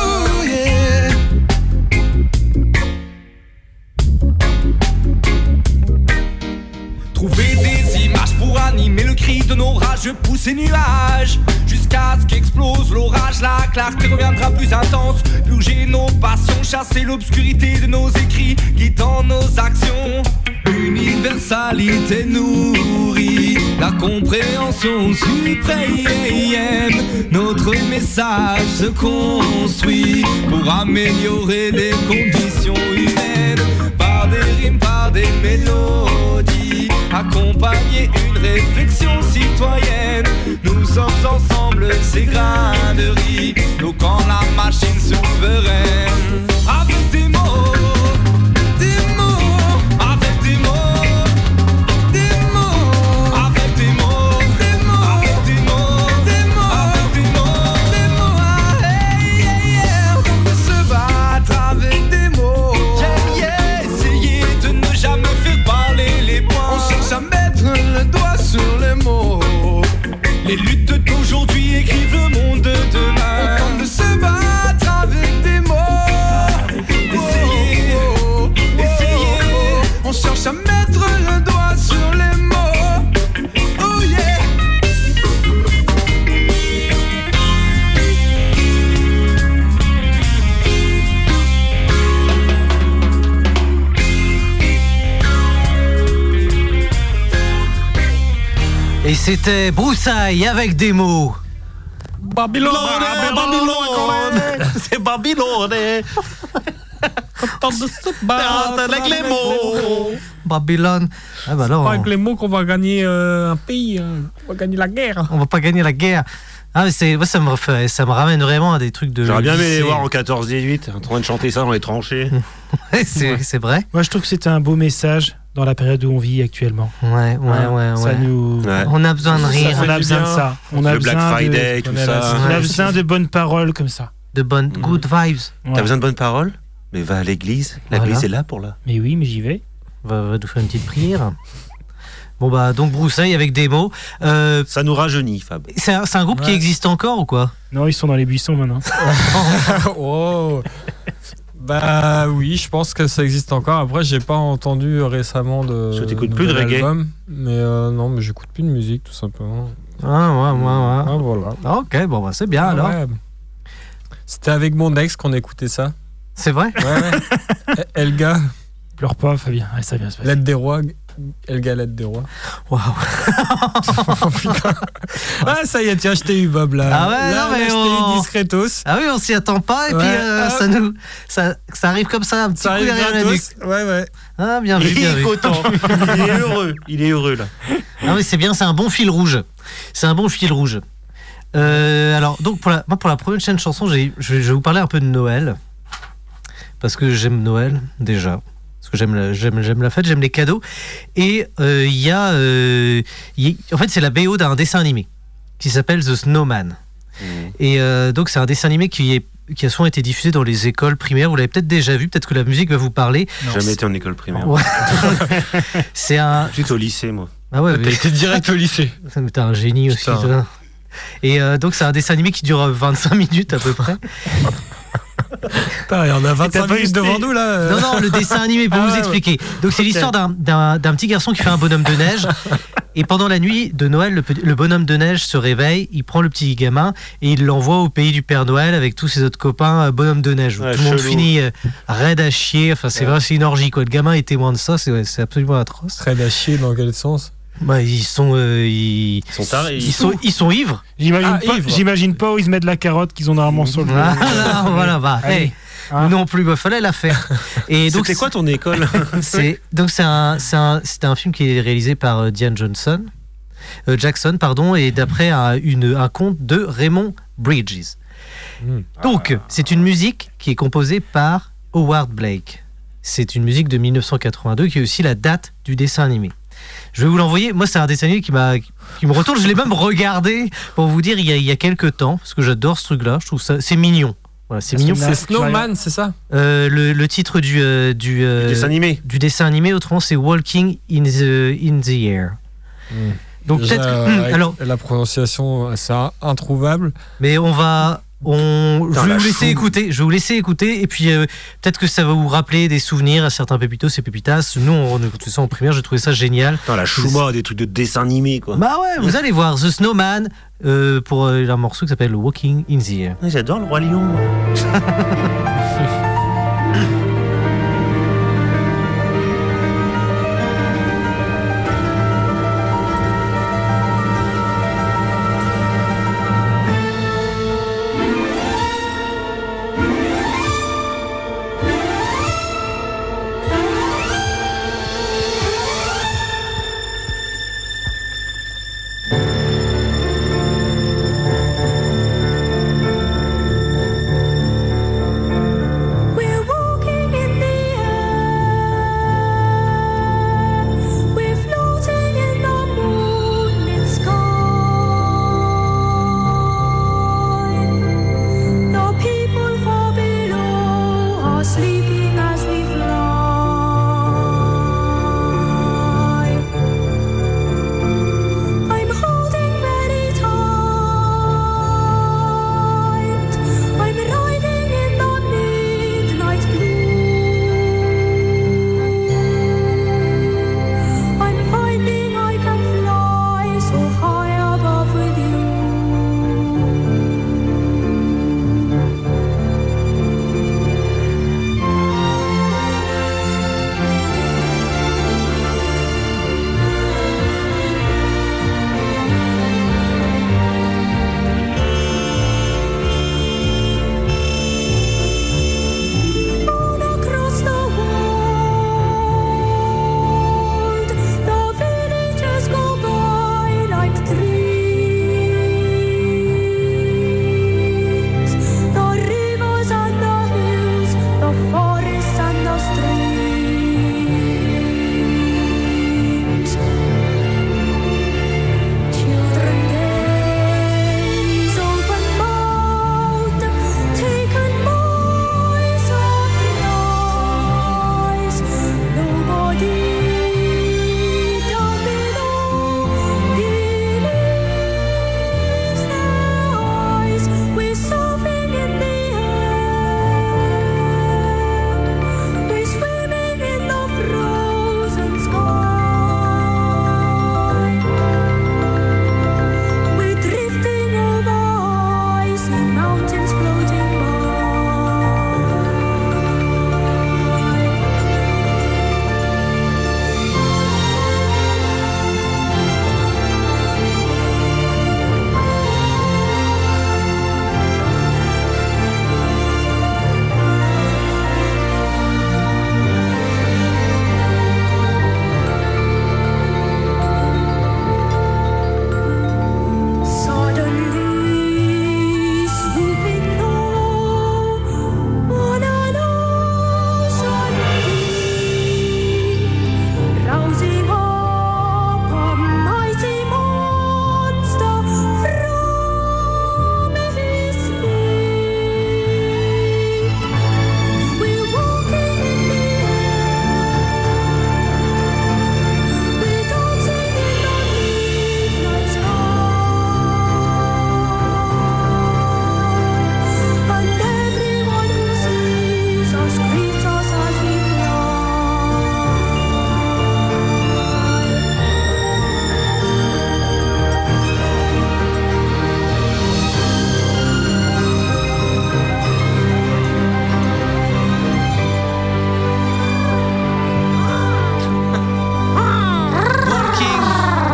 [SPEAKER 6] Trouver des images pour animer le cri de nos rages, je pousse les nuages jusqu'à ce qu'explose l'orage. La clarté reviendra plus intense, purger nos passions, chasser l'obscurité de nos écrits, guidant nos actions. L'universalité nourrit la compréhension suprême. Notre message se construit pour améliorer les conditions humaines par des rimes, par des mélodies, accompagner une réflexion citoyenne. Nous sommes ensemble ces grains de riz, bloquant la machine souveraine. Avec des mots, des mots, avec des mots. Des mots, avec des mots, des mots, avec des mots, des mots, avec des mots, des mots, ah, hey, yeah, yeah. on peut se battre avec des mots. Yeah, yeah, essayez de ne jamais faire parler les points. On cherche à mettre le doigt sur les mots. Les luttes d'aujourd'hui écrivent le monde de demain. On tente de se battre avec des mots. Essayez, essayez, on cherche à mettre le doigt sur les mots. Oh yeah!
[SPEAKER 1] Et c'était Broussailles avec des mots.
[SPEAKER 2] Babylone, Babylone, c'est Babylone. Avec les mots.
[SPEAKER 1] Babylone. Ah bah là,
[SPEAKER 3] Pas
[SPEAKER 1] on,
[SPEAKER 3] avec les mots qu'on va gagner euh, un pays, hein. on va gagner la guerre.
[SPEAKER 1] on va pas gagner la guerre. Ah, mais c'est, moi, ça, me refait- ça me ramène vraiment à des trucs de.
[SPEAKER 2] J'aurais bien aimé les
[SPEAKER 1] lycée.
[SPEAKER 2] voir en 14-18, en train de chanter ça dans les tranchées.
[SPEAKER 1] Ouais, c'est, c'est vrai.
[SPEAKER 4] Moi, je trouve que c'était un beau message dans la période où on vit actuellement.
[SPEAKER 1] Ouais, ouais,
[SPEAKER 2] Ah,
[SPEAKER 4] Hein,
[SPEAKER 1] ouais.
[SPEAKER 4] Ça
[SPEAKER 1] ouais.
[SPEAKER 4] nous.
[SPEAKER 2] Ouais.
[SPEAKER 1] On a besoin de
[SPEAKER 4] Ça,
[SPEAKER 1] rire,
[SPEAKER 4] on a
[SPEAKER 3] fait du
[SPEAKER 4] besoin de
[SPEAKER 3] bien.
[SPEAKER 4] ça. On a
[SPEAKER 2] Le Black
[SPEAKER 4] besoin de-
[SPEAKER 2] Friday, tout
[SPEAKER 3] on a
[SPEAKER 2] ça.
[SPEAKER 4] On a
[SPEAKER 1] Ouais.
[SPEAKER 4] besoin de bonnes paroles comme ça.
[SPEAKER 1] de bonnes,
[SPEAKER 2] Mm.
[SPEAKER 1] good vibes.
[SPEAKER 4] Ouais.
[SPEAKER 2] T'as besoin de bonnes paroles Mais va à l'église. L'église
[SPEAKER 1] Voilà.
[SPEAKER 2] est là pour là.
[SPEAKER 4] Mais oui, mais j'y vais.
[SPEAKER 1] va, va nous faire une petite prière. Bon bah donc Broussailles avec des mots. Euh,
[SPEAKER 2] Ça nous rajeunit, Fab.
[SPEAKER 1] c'est un, c'est un groupe qui
[SPEAKER 3] Ouais.
[SPEAKER 1] existe encore ou quoi
[SPEAKER 4] Non, ils sont dans les buissons maintenant.
[SPEAKER 3] oh. Bah oui, je pense que ça existe encore. Après, j'ai pas entendu récemment de.
[SPEAKER 2] Je t'écoute plus de
[SPEAKER 3] nouvel
[SPEAKER 2] reggae.
[SPEAKER 3] album. mais euh, non, mais j'écoute plus de musique tout simplement.
[SPEAKER 1] Ah ouais
[SPEAKER 3] Ah,
[SPEAKER 1] ouais ouais.
[SPEAKER 3] voilà.
[SPEAKER 1] Ok bon bah c'est bien
[SPEAKER 3] Ah,
[SPEAKER 1] alors.
[SPEAKER 3] ouais. C'était avec mon ex qu'on écoutait ça.
[SPEAKER 1] C'est vrai
[SPEAKER 3] Ouais, ouais. Eh, Elga,
[SPEAKER 4] Pleure pas, Fabien. Ouais, ça va bien se passer.
[SPEAKER 3] l'aide des rois. El Galette des Rois.
[SPEAKER 1] Waouh.
[SPEAKER 3] Oh, putain. ah, ça y est, tiens, je t'ai eu, Bob, là.
[SPEAKER 1] Ah ouais,
[SPEAKER 3] là,
[SPEAKER 1] non, mais
[SPEAKER 3] là, je t'ai
[SPEAKER 1] on-
[SPEAKER 3] eu discretos.
[SPEAKER 1] Ah oui, on s'y attend pas et
[SPEAKER 3] Ouais,
[SPEAKER 1] puis euh,
[SPEAKER 3] hop.
[SPEAKER 1] ça nous ça, ça arrive comme ça un petit
[SPEAKER 3] Ça
[SPEAKER 1] coup
[SPEAKER 3] arrive
[SPEAKER 1] derrière la nuque.
[SPEAKER 3] gratos. Ouais, ouais.
[SPEAKER 1] Ah bien vu,
[SPEAKER 2] Il
[SPEAKER 1] bien vu.
[SPEAKER 2] est content. Il est heureux. Il est heureux, là.
[SPEAKER 1] Ah oui, c'est bien, c'est un bon fil rouge. C'est un bon fil rouge. Euh, alors donc pour la moi pour la prochaine chanson, j'ai- je vais je vais vous parler un peu de Noël parce que j'aime Noël déjà. Parce que j'aime la, j'aime, j'aime la fête, j'aime les cadeaux. Et euh, il y a. euh, il y- en fait, c'est la BO d'un dessin animé qui s'appelle The Snowman. Et euh, donc, c'est un dessin animé qui, est, qui a souvent été diffusé dans les écoles primaires. Vous l'avez peut-être déjà vu, peut-être que la musique va vous parler.
[SPEAKER 2] Jamais été en école primaire.
[SPEAKER 1] Ouais. c'est un.
[SPEAKER 2] J'étais au lycée, moi.
[SPEAKER 1] Ah ouais, mais-
[SPEAKER 3] été direct au lycée.
[SPEAKER 1] Putain, mais t'es un génie aussi,
[SPEAKER 3] Putain.
[SPEAKER 1] toi. Et euh, donc, c'est un dessin animé qui dure 25 minutes à peu près.
[SPEAKER 3] Putain, il y en a 25
[SPEAKER 4] pas
[SPEAKER 3] minutes
[SPEAKER 4] été-
[SPEAKER 3] devant nous, là.
[SPEAKER 1] Non, non, le dessin animé, pour
[SPEAKER 3] Euh. Ah
[SPEAKER 1] vous
[SPEAKER 3] ouais,
[SPEAKER 1] expliquer. Donc, c'est l'histoire d'un- d'un d'un petit garçon qui fait un bonhomme de neige. Et pendant la nuit de Noël, le, petit- le bonhomme de neige se réveille, il prend le petit gamin et il l'envoie au pays du Père Noël avec tous ses autres copains euh, bonhomme de neige. où
[SPEAKER 2] Ouais,
[SPEAKER 1] Tout le monde
[SPEAKER 2] chelou.
[SPEAKER 1] finit euh, raide à chier. Enfin, c'est vrai, c'est une orgie, quoi. Le gamin est témoin de ça, c'est ouais, c'est absolument atroce.
[SPEAKER 3] Très à chier, dans quel sens
[SPEAKER 1] Bah, ils sont. euh, ils...
[SPEAKER 2] Ah, Ils sont tarés.
[SPEAKER 1] Ils sont, ils sont ivres.
[SPEAKER 4] J'imagine
[SPEAKER 3] Ah,
[SPEAKER 4] pas,
[SPEAKER 3] ivre.
[SPEAKER 4] j'imagine pas où ils se mettent la carotte qu'ils ont normalement sur le.
[SPEAKER 1] Voilà, voilà, bah,
[SPEAKER 4] Allez.
[SPEAKER 1] hey,
[SPEAKER 4] Hein.
[SPEAKER 1] non plus, bah, fallait la faire. Et donc,
[SPEAKER 2] C'était quoi ton école
[SPEAKER 1] C'est donc c'est un c'est un, c'est un film qui est réalisé par euh, Diane Johnson, euh, Jackson pardon, et d'après un, une- un conte de Raymond Bridges.
[SPEAKER 3] Hmm.
[SPEAKER 1] Donc c'est une musique qui est composée par Howard Blake. C'est une musique de 1982 qui est aussi la date du dessin animé. Je vais vous l'envoyer. Moi, c'est un dessin animé qui, m'a, qui me retourne. Je l'ai même regardé pour vous dire il y a, il y a quelques temps parce que j'adore ce truc-là. Je trouve ça c'est mignon. Voilà, c'est
[SPEAKER 4] Parce
[SPEAKER 1] mignon.
[SPEAKER 4] que
[SPEAKER 3] C'est
[SPEAKER 4] Là,
[SPEAKER 3] Snowman, c'est ça
[SPEAKER 1] Euh, le, le titre du euh, du, euh,
[SPEAKER 2] Dessin animé.
[SPEAKER 1] du dessin animé, autrement c'est Walking in the, in the Air.
[SPEAKER 2] Hmm.
[SPEAKER 3] Mm.
[SPEAKER 1] Donc
[SPEAKER 3] Déjà,
[SPEAKER 1] peut-être. que-
[SPEAKER 3] euh, avec
[SPEAKER 1] alors,
[SPEAKER 3] la prononciation, c'est introuvable.
[SPEAKER 1] mais on va. On, je
[SPEAKER 2] Putain,
[SPEAKER 1] vais
[SPEAKER 2] la
[SPEAKER 1] vous laisser
[SPEAKER 2] chou.
[SPEAKER 1] écouter. Je vais vous laisser écouter et puis euh, peut-être que ça va vous rappeler des souvenirs à certains pépitos et pépitas. Nous, on écoutait ça en primaire. J'ai trouvé ça génial.
[SPEAKER 2] Putain, la chouma, des trucs de dessin animé, quoi.
[SPEAKER 1] Bah ouais, vous allez voir The Snowman euh, pour euh, un morceau qui s'appelle Walking in the Air.
[SPEAKER 2] Ouais, J'adore le Roi Lion. moi.
[SPEAKER 5] Thank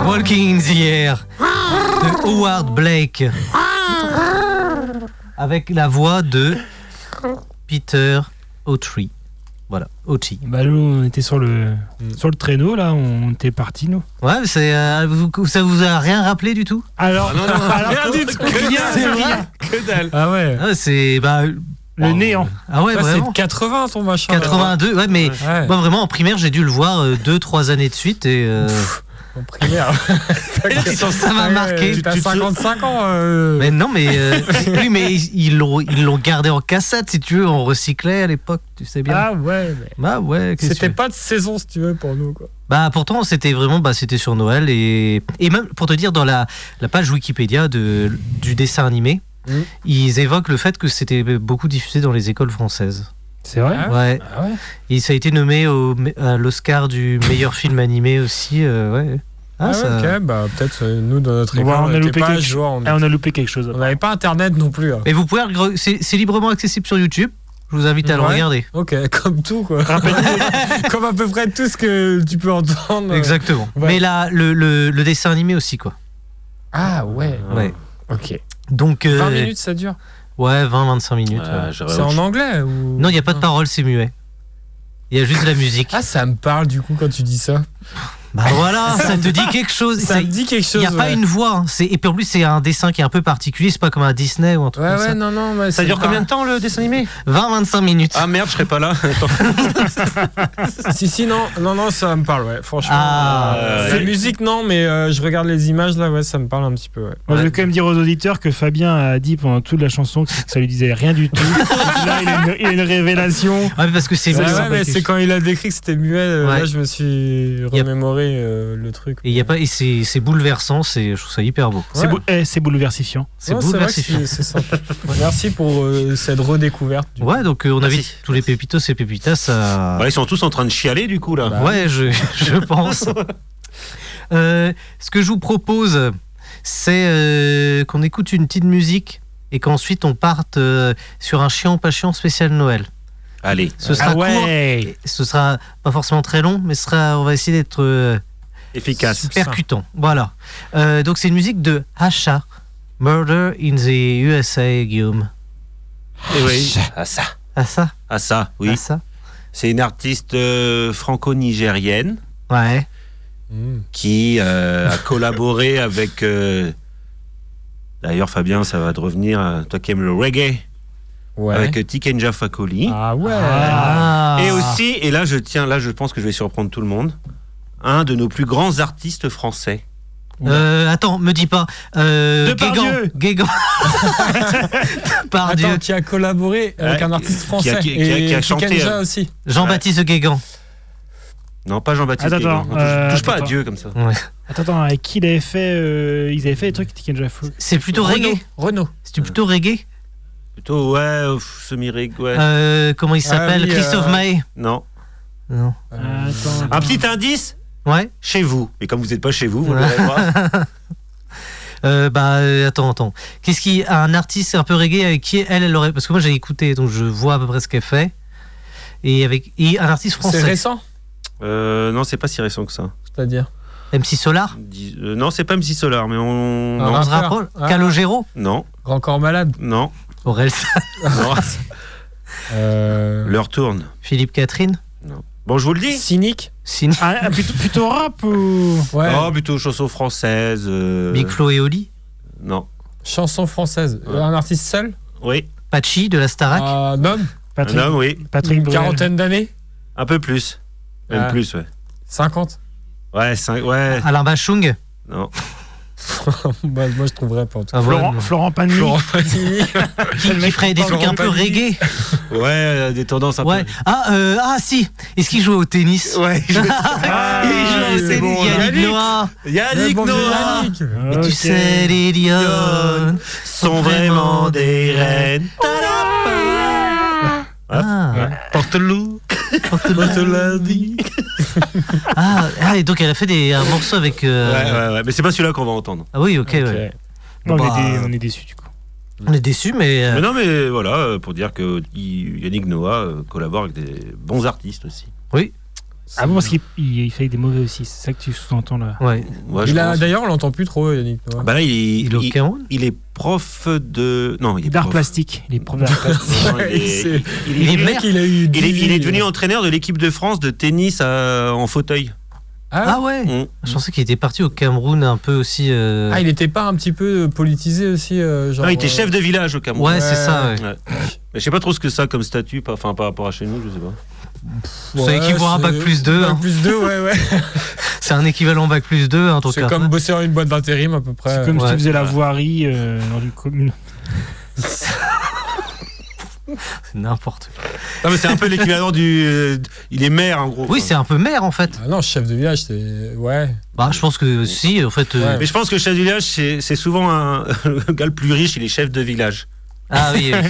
[SPEAKER 1] Talking in the Air de Howard Blake avec la voix de Peter O'Tree. Voilà, O'Tree.
[SPEAKER 4] Bah, nous, on était sur le,
[SPEAKER 3] Mm.
[SPEAKER 4] sur le traîneau, là, on était partis, nous.
[SPEAKER 1] Ouais, c'est euh, vous- ça vous a rien rappelé du tout
[SPEAKER 4] Alors, alors-
[SPEAKER 3] Rien du tout.
[SPEAKER 1] C'est vrai
[SPEAKER 2] Que dalle.
[SPEAKER 3] Ah ouais.
[SPEAKER 1] Ah, C'est bah
[SPEAKER 4] le
[SPEAKER 1] Wow.
[SPEAKER 4] néant.
[SPEAKER 1] ah ouais
[SPEAKER 3] Ça, c'est de
[SPEAKER 1] vraiment.
[SPEAKER 3] 80 ton machin.
[SPEAKER 1] 82, ouais mais
[SPEAKER 3] Ouais.
[SPEAKER 1] moi vraiment en primaire j'ai dû le voir euh, deux trois années de suite et euh,
[SPEAKER 3] En primaire.
[SPEAKER 1] ça m'a marqué.
[SPEAKER 3] Tu T'as
[SPEAKER 2] Tu te sou-
[SPEAKER 3] 55 ans. euh,
[SPEAKER 1] Mais non, mais euh, oui, mais ils ils l'ont ils l'ont gardé en cassette si tu veux, on recyclait à l'époque, tu sais bien.
[SPEAKER 3] Ah ouais. mais
[SPEAKER 1] Bah ouais. qu'est-ce que tu
[SPEAKER 3] C'était
[SPEAKER 1] veux
[SPEAKER 3] pas de saison si tu veux pour nous quoi.
[SPEAKER 1] Bah pourtant c'était vraiment bah c'était sur Noël et et même pour te dire dans la la page Wikipédia de du dessin animé.
[SPEAKER 3] Mhm.
[SPEAKER 1] Ils évoquent le fait que c'était beaucoup diffusé dans les écoles françaises.
[SPEAKER 4] C'est vrai
[SPEAKER 3] Ah
[SPEAKER 1] Ouais.
[SPEAKER 3] Ah ouais.
[SPEAKER 1] Et ça a été nommé au, à l'Oscar du meilleur film animé aussi. euh, ouais. Ah,
[SPEAKER 3] Ah, ouais,
[SPEAKER 1] ça-
[SPEAKER 3] ok, bah peut-être euh, nous dans notre
[SPEAKER 4] Ouais,
[SPEAKER 3] école,
[SPEAKER 4] on
[SPEAKER 3] on
[SPEAKER 4] a
[SPEAKER 3] n'était
[SPEAKER 4] loupé
[SPEAKER 3] pas à
[SPEAKER 4] quelque
[SPEAKER 3] jour, on
[SPEAKER 4] Ah, on a loupé quelque chose.
[SPEAKER 3] on n'avait pas internet non plus. hein.
[SPEAKER 1] Mais vous pouvez, le gre- c'est c'est librement accessible sur YouTube. Je vous invite à le
[SPEAKER 3] Ouais.
[SPEAKER 1] regarder.
[SPEAKER 3] Ok, comme tout quoi. comme à peu près tout ce que tu peux entendre.
[SPEAKER 1] Exactement.
[SPEAKER 3] Ouais.
[SPEAKER 1] Mais là, le, le- le dessin animé aussi, quoi.
[SPEAKER 3] Ah ouais.
[SPEAKER 1] Ouais.
[SPEAKER 3] Ok.
[SPEAKER 1] Donc, euh,
[SPEAKER 3] 20 minutes ça dure.
[SPEAKER 1] Ouais, 20-25 minutes. ouais.
[SPEAKER 2] Ah, j'aurais
[SPEAKER 3] C'est
[SPEAKER 2] autre
[SPEAKER 3] en
[SPEAKER 2] chose.
[SPEAKER 3] anglais ou
[SPEAKER 1] Non, il n'y a pas de parole, c'est muet. Il y a juste la musique.
[SPEAKER 3] Ah ça me parle du coup quand tu dis ça.
[SPEAKER 1] Bah voilà, ça te dit quelque chose.
[SPEAKER 3] Ça me dit quelque
[SPEAKER 1] Il
[SPEAKER 3] chose.
[SPEAKER 1] n'y a pas
[SPEAKER 3] ouais.
[SPEAKER 1] une voix. hein. C'est- Et puis en plus, c'est un dessin qui est un peu particulier. C'est pas comme un Disney ou un truc
[SPEAKER 3] Ouais
[SPEAKER 1] comme
[SPEAKER 3] ouais non non. mais
[SPEAKER 2] Ça
[SPEAKER 3] c'est
[SPEAKER 2] dure
[SPEAKER 3] pas-
[SPEAKER 2] combien de temps le dessin animé
[SPEAKER 1] ça. 20-25 minutes.
[SPEAKER 2] Ah merde, je serais pas là. Attends.
[SPEAKER 3] Si si non non non ça me parle ouais franchement.
[SPEAKER 1] Ah.
[SPEAKER 3] euh, la musique non mais euh, je regarde les images là ouais ça me parle un petit peu ouais.
[SPEAKER 4] Moi, je
[SPEAKER 1] Ouais.
[SPEAKER 4] veux quand même dire aux auditeurs que Fabien a dit pendant toute la chanson que ça lui disait rien du tout. Là, il a une, il a une révélation.
[SPEAKER 1] Ouais, parce que c'est
[SPEAKER 3] Ouais,
[SPEAKER 1] muet.
[SPEAKER 3] ouais, mais c'est quand il a décrit que c'était muet. euh,
[SPEAKER 1] Ouais.
[SPEAKER 3] Là, je me suis remémoré euh, le truc.
[SPEAKER 1] Et, y a pas... et c'est c'est bouleversant. C'est... Je trouve ça hyper beau.
[SPEAKER 4] C'est
[SPEAKER 3] Ouais.
[SPEAKER 4] bou- eh, c'est bouleversifiant.
[SPEAKER 1] C'est
[SPEAKER 3] Ouais, vrai que
[SPEAKER 1] bouleversant.
[SPEAKER 3] c'est- c'est sympa. Merci pour euh, cette redécouverte. du-
[SPEAKER 1] Ouais, donc euh, on
[SPEAKER 2] Merci.
[SPEAKER 1] invite tous les pépitos et pépitas à.
[SPEAKER 2] Bah, ils sont tous en train de chialer du coup là.
[SPEAKER 3] Bah.
[SPEAKER 1] Ouais, je, je pense. Euh, ce que je vous propose, c'est euh, qu'on écoute une petite musique et qu'ensuite on parte euh, sur un chiant pas chiant spécial Noël.
[SPEAKER 2] Allez.
[SPEAKER 3] Ah
[SPEAKER 1] Ce sera court, et ce sera pas forcément très long, mais ce sera, on va essayer d'être euh,
[SPEAKER 2] Efficace.
[SPEAKER 1] percutant. Voilà. Euh, donc c'est une musique de Hacha, Murder in the USA, Guillaume.
[SPEAKER 2] Eh oui. Ah ça.
[SPEAKER 1] Ah ça,
[SPEAKER 2] Ah ça, oui.
[SPEAKER 1] ah ça.
[SPEAKER 2] C'est une artiste euh, franco-nigérienne
[SPEAKER 1] Ouais.
[SPEAKER 3] Mmh.
[SPEAKER 2] qui euh, a collaboré avec. euh, D'ailleurs, Fabien, ça va te revenir. euh, Toi qui aimes le reggae,
[SPEAKER 3] Ouais.
[SPEAKER 2] avec euh, Tikenja Fakoli.
[SPEAKER 3] Ah ouais.
[SPEAKER 1] Ah.
[SPEAKER 2] Et aussi, et là je tiens, là je pense que je vais surprendre tout le monde, un de nos plus grands artistes français.
[SPEAKER 1] Euh, attends, me dis pas. Euh,
[SPEAKER 4] Depardieu.
[SPEAKER 1] Guégan. Guégan. Depardieu.
[SPEAKER 3] Attends, qui a collaboré avec
[SPEAKER 2] Ouais,
[SPEAKER 3] un artiste
[SPEAKER 2] qui a-
[SPEAKER 3] français
[SPEAKER 2] qui a- qui a-
[SPEAKER 3] et
[SPEAKER 2] qui a chanté,
[SPEAKER 3] Kenja
[SPEAKER 2] euh,
[SPEAKER 3] aussi.
[SPEAKER 1] Jean-Baptiste Guégan.
[SPEAKER 2] Non, pas Jean-Baptiste.
[SPEAKER 4] Attends,
[SPEAKER 2] Guégan.
[SPEAKER 4] attends,
[SPEAKER 2] On touche,
[SPEAKER 4] euh,
[SPEAKER 2] touche pas
[SPEAKER 4] attends.
[SPEAKER 2] à Dieu comme ça.
[SPEAKER 4] Attends, attends, avec qui il avait fait, euh, ils avaient fait des trucs qui Kenja Fou.
[SPEAKER 1] C'est plutôt reggae.
[SPEAKER 3] Renaud.
[SPEAKER 1] C'est plutôt reggae.
[SPEAKER 2] Plutôt ouais, euh, pff, semi-rig, ouais.
[SPEAKER 1] Euh, comment il s'appelle
[SPEAKER 3] oui,
[SPEAKER 1] Christophe
[SPEAKER 3] euh,
[SPEAKER 1] Maé.
[SPEAKER 2] Non.
[SPEAKER 1] Non.
[SPEAKER 4] Attends, attends.
[SPEAKER 2] Un petit indice
[SPEAKER 1] Ouais.
[SPEAKER 2] chez vous. Mais comme vous n'êtes pas chez vous, vous
[SPEAKER 1] Ouais.
[SPEAKER 2] l'aurez pas.
[SPEAKER 1] Euh, bah euh, attends, attends. Qu'est-ce qui un artiste un peu reggae avec qui elle, elle aurait parce que moi j'ai écouté donc je vois à peu près ce qu'elle fait et avec et un artiste
[SPEAKER 3] C'est
[SPEAKER 1] français.
[SPEAKER 3] récent,
[SPEAKER 2] Euh, non, c'est pas si récent que ça.
[SPEAKER 3] c'est-à-dire.
[SPEAKER 1] MC Solar.
[SPEAKER 2] Dis- euh, non, c'est pas MC Solar, mais on.
[SPEAKER 3] Ah.
[SPEAKER 1] On
[SPEAKER 2] Non,
[SPEAKER 1] se
[SPEAKER 3] rappeur.
[SPEAKER 1] rapproche.
[SPEAKER 3] Ah.
[SPEAKER 1] Calogero.
[SPEAKER 2] non,
[SPEAKER 3] Grand corps malade.
[SPEAKER 2] non.
[SPEAKER 1] Aurel,
[SPEAKER 2] non.
[SPEAKER 3] Euh,
[SPEAKER 2] Leur tourne.
[SPEAKER 1] Philippe Catherine.
[SPEAKER 2] Bon, je vous le dis.
[SPEAKER 3] Cynique.
[SPEAKER 1] Cine,
[SPEAKER 4] Ah, ah, plutôt, plutôt rap ou.
[SPEAKER 3] Ouais.
[SPEAKER 2] Oh, plutôt chanson française. euh,
[SPEAKER 1] Big Flo et Oli.
[SPEAKER 2] Non.
[SPEAKER 3] Chanson française.
[SPEAKER 2] Ouais.
[SPEAKER 3] Un artiste seul.
[SPEAKER 2] Oui.
[SPEAKER 1] Pachi de la Starac.
[SPEAKER 2] Ah.
[SPEAKER 3] Un homme.
[SPEAKER 4] Patrick,
[SPEAKER 2] Un homme, oui.
[SPEAKER 4] Patrick
[SPEAKER 3] Une
[SPEAKER 4] Bruel.
[SPEAKER 3] quarantaine d'années.
[SPEAKER 2] Un peu plus. Même
[SPEAKER 3] Ah.
[SPEAKER 2] plus, ouais.
[SPEAKER 3] 50
[SPEAKER 2] Ouais, cinq- ouais.
[SPEAKER 1] Alain Bachung.
[SPEAKER 2] Non.
[SPEAKER 3] Bah, Moi, je trouverais pas en tout cas.
[SPEAKER 1] Ah, voilà.
[SPEAKER 4] Florent, Florent Pagny.
[SPEAKER 3] Florent Pagny.
[SPEAKER 1] qui, qui ferait des
[SPEAKER 3] Florent
[SPEAKER 1] trucs un peu
[SPEAKER 3] Pagny.
[SPEAKER 1] reggae.
[SPEAKER 2] Ouais, euh, des tendances un
[SPEAKER 1] Ouais. Ah, euh, ah si. Est-ce qu'il joue au tennis
[SPEAKER 2] peu. Ouais.
[SPEAKER 1] Ah,
[SPEAKER 3] Ah,
[SPEAKER 1] Il joue au
[SPEAKER 3] c'est
[SPEAKER 1] tennis.
[SPEAKER 3] bon,
[SPEAKER 1] Yannick
[SPEAKER 2] Yannick.
[SPEAKER 1] Noah.
[SPEAKER 2] Yannick
[SPEAKER 3] Bon,
[SPEAKER 2] Noah
[SPEAKER 3] Yannick.
[SPEAKER 1] Et tu
[SPEAKER 4] Ok.
[SPEAKER 1] sais, les lions.
[SPEAKER 2] sont vraiment des reines.
[SPEAKER 1] Ah,
[SPEAKER 2] Porte-loup. Porte-lundi.
[SPEAKER 1] ah, ah, et donc elle a fait des, un morceau avec.
[SPEAKER 2] Ouais,
[SPEAKER 1] euh,
[SPEAKER 2] ouais, ouais. Mais c'est pas celui-là qu'on va entendre.
[SPEAKER 1] Ah oui, ok, ouais.
[SPEAKER 3] Ok.
[SPEAKER 4] Non, on,
[SPEAKER 1] Bah,
[SPEAKER 4] est dé- on est déçus du coup.
[SPEAKER 1] On est déçus, mais. euh,
[SPEAKER 2] Mais non, mais voilà, euh, pour dire que I- Yannick Noah euh, collabore avec des bons artistes aussi.
[SPEAKER 1] Oui.
[SPEAKER 4] Ah bon, parce qu'il il- il fait des mauvais aussi, c'est ça que tu sous-entends là.
[SPEAKER 1] Ouais.
[SPEAKER 2] Ouais, je
[SPEAKER 3] Il a-
[SPEAKER 2] pense.
[SPEAKER 3] D'ailleurs, on l'entend plus trop, Yannick. tu vois.
[SPEAKER 2] Bah là, il est,
[SPEAKER 1] Il est au
[SPEAKER 2] il-
[SPEAKER 1] Caen
[SPEAKER 2] il est prof de. Non, il est
[SPEAKER 4] D'art
[SPEAKER 2] prof.
[SPEAKER 4] plastique, il est prof d'art plastique.
[SPEAKER 2] Non, Ah bah, il est-
[SPEAKER 3] C'est-
[SPEAKER 2] il est-
[SPEAKER 1] il est
[SPEAKER 3] Le mec,
[SPEAKER 1] maire.
[SPEAKER 3] il a eu.
[SPEAKER 2] il est-
[SPEAKER 3] 10
[SPEAKER 2] il est
[SPEAKER 3] vies.
[SPEAKER 2] devenu entraîneur de l'équipe de France de tennis euh, en fauteuil.
[SPEAKER 1] Ah
[SPEAKER 3] Ah,
[SPEAKER 1] ouais
[SPEAKER 2] Mm.
[SPEAKER 1] Je pensais qu'il était parti au Cameroun un peu aussi. euh,
[SPEAKER 3] ah, il était pas un petit peu politisé aussi euh, genre,
[SPEAKER 2] Non, il était
[SPEAKER 3] euh,
[SPEAKER 2] chef de village au
[SPEAKER 1] Ouais,
[SPEAKER 2] Cameroun.
[SPEAKER 1] c'est ça. ouais.
[SPEAKER 2] Ouais. Mais je sais pas trop ce que ça comme statut, pas- enfin par rapport à chez nous, je sais pas.
[SPEAKER 1] Ça équivaut à un
[SPEAKER 3] euh, c'est-
[SPEAKER 1] bac plus deux,
[SPEAKER 3] Bac
[SPEAKER 1] hein.
[SPEAKER 3] plus 2, ouais, ouais.
[SPEAKER 1] C'est un équivalent bac plus 2, en tout
[SPEAKER 3] C'est
[SPEAKER 1] cas.
[SPEAKER 3] comme bosser dans une boîte d'intérim, à peu près.
[SPEAKER 4] C'est comme si
[SPEAKER 1] ouais.
[SPEAKER 4] tu faisais la voirie euh, dans une commune.
[SPEAKER 1] N'importe quoi.
[SPEAKER 2] Non, mais c'est un peu l'équivalent du. euh, il est maire en gros.
[SPEAKER 1] Oui,
[SPEAKER 2] quoi.
[SPEAKER 1] c'est un peu maire en fait.
[SPEAKER 3] Ah non, chef de village, c'est. Ouais.
[SPEAKER 1] Bah, je pense que si, en fait. euh,
[SPEAKER 2] Mais je pense que chef de village, c'est c'est souvent un... le gars le plus riche, il est chef de village.
[SPEAKER 1] Ah oui, oui.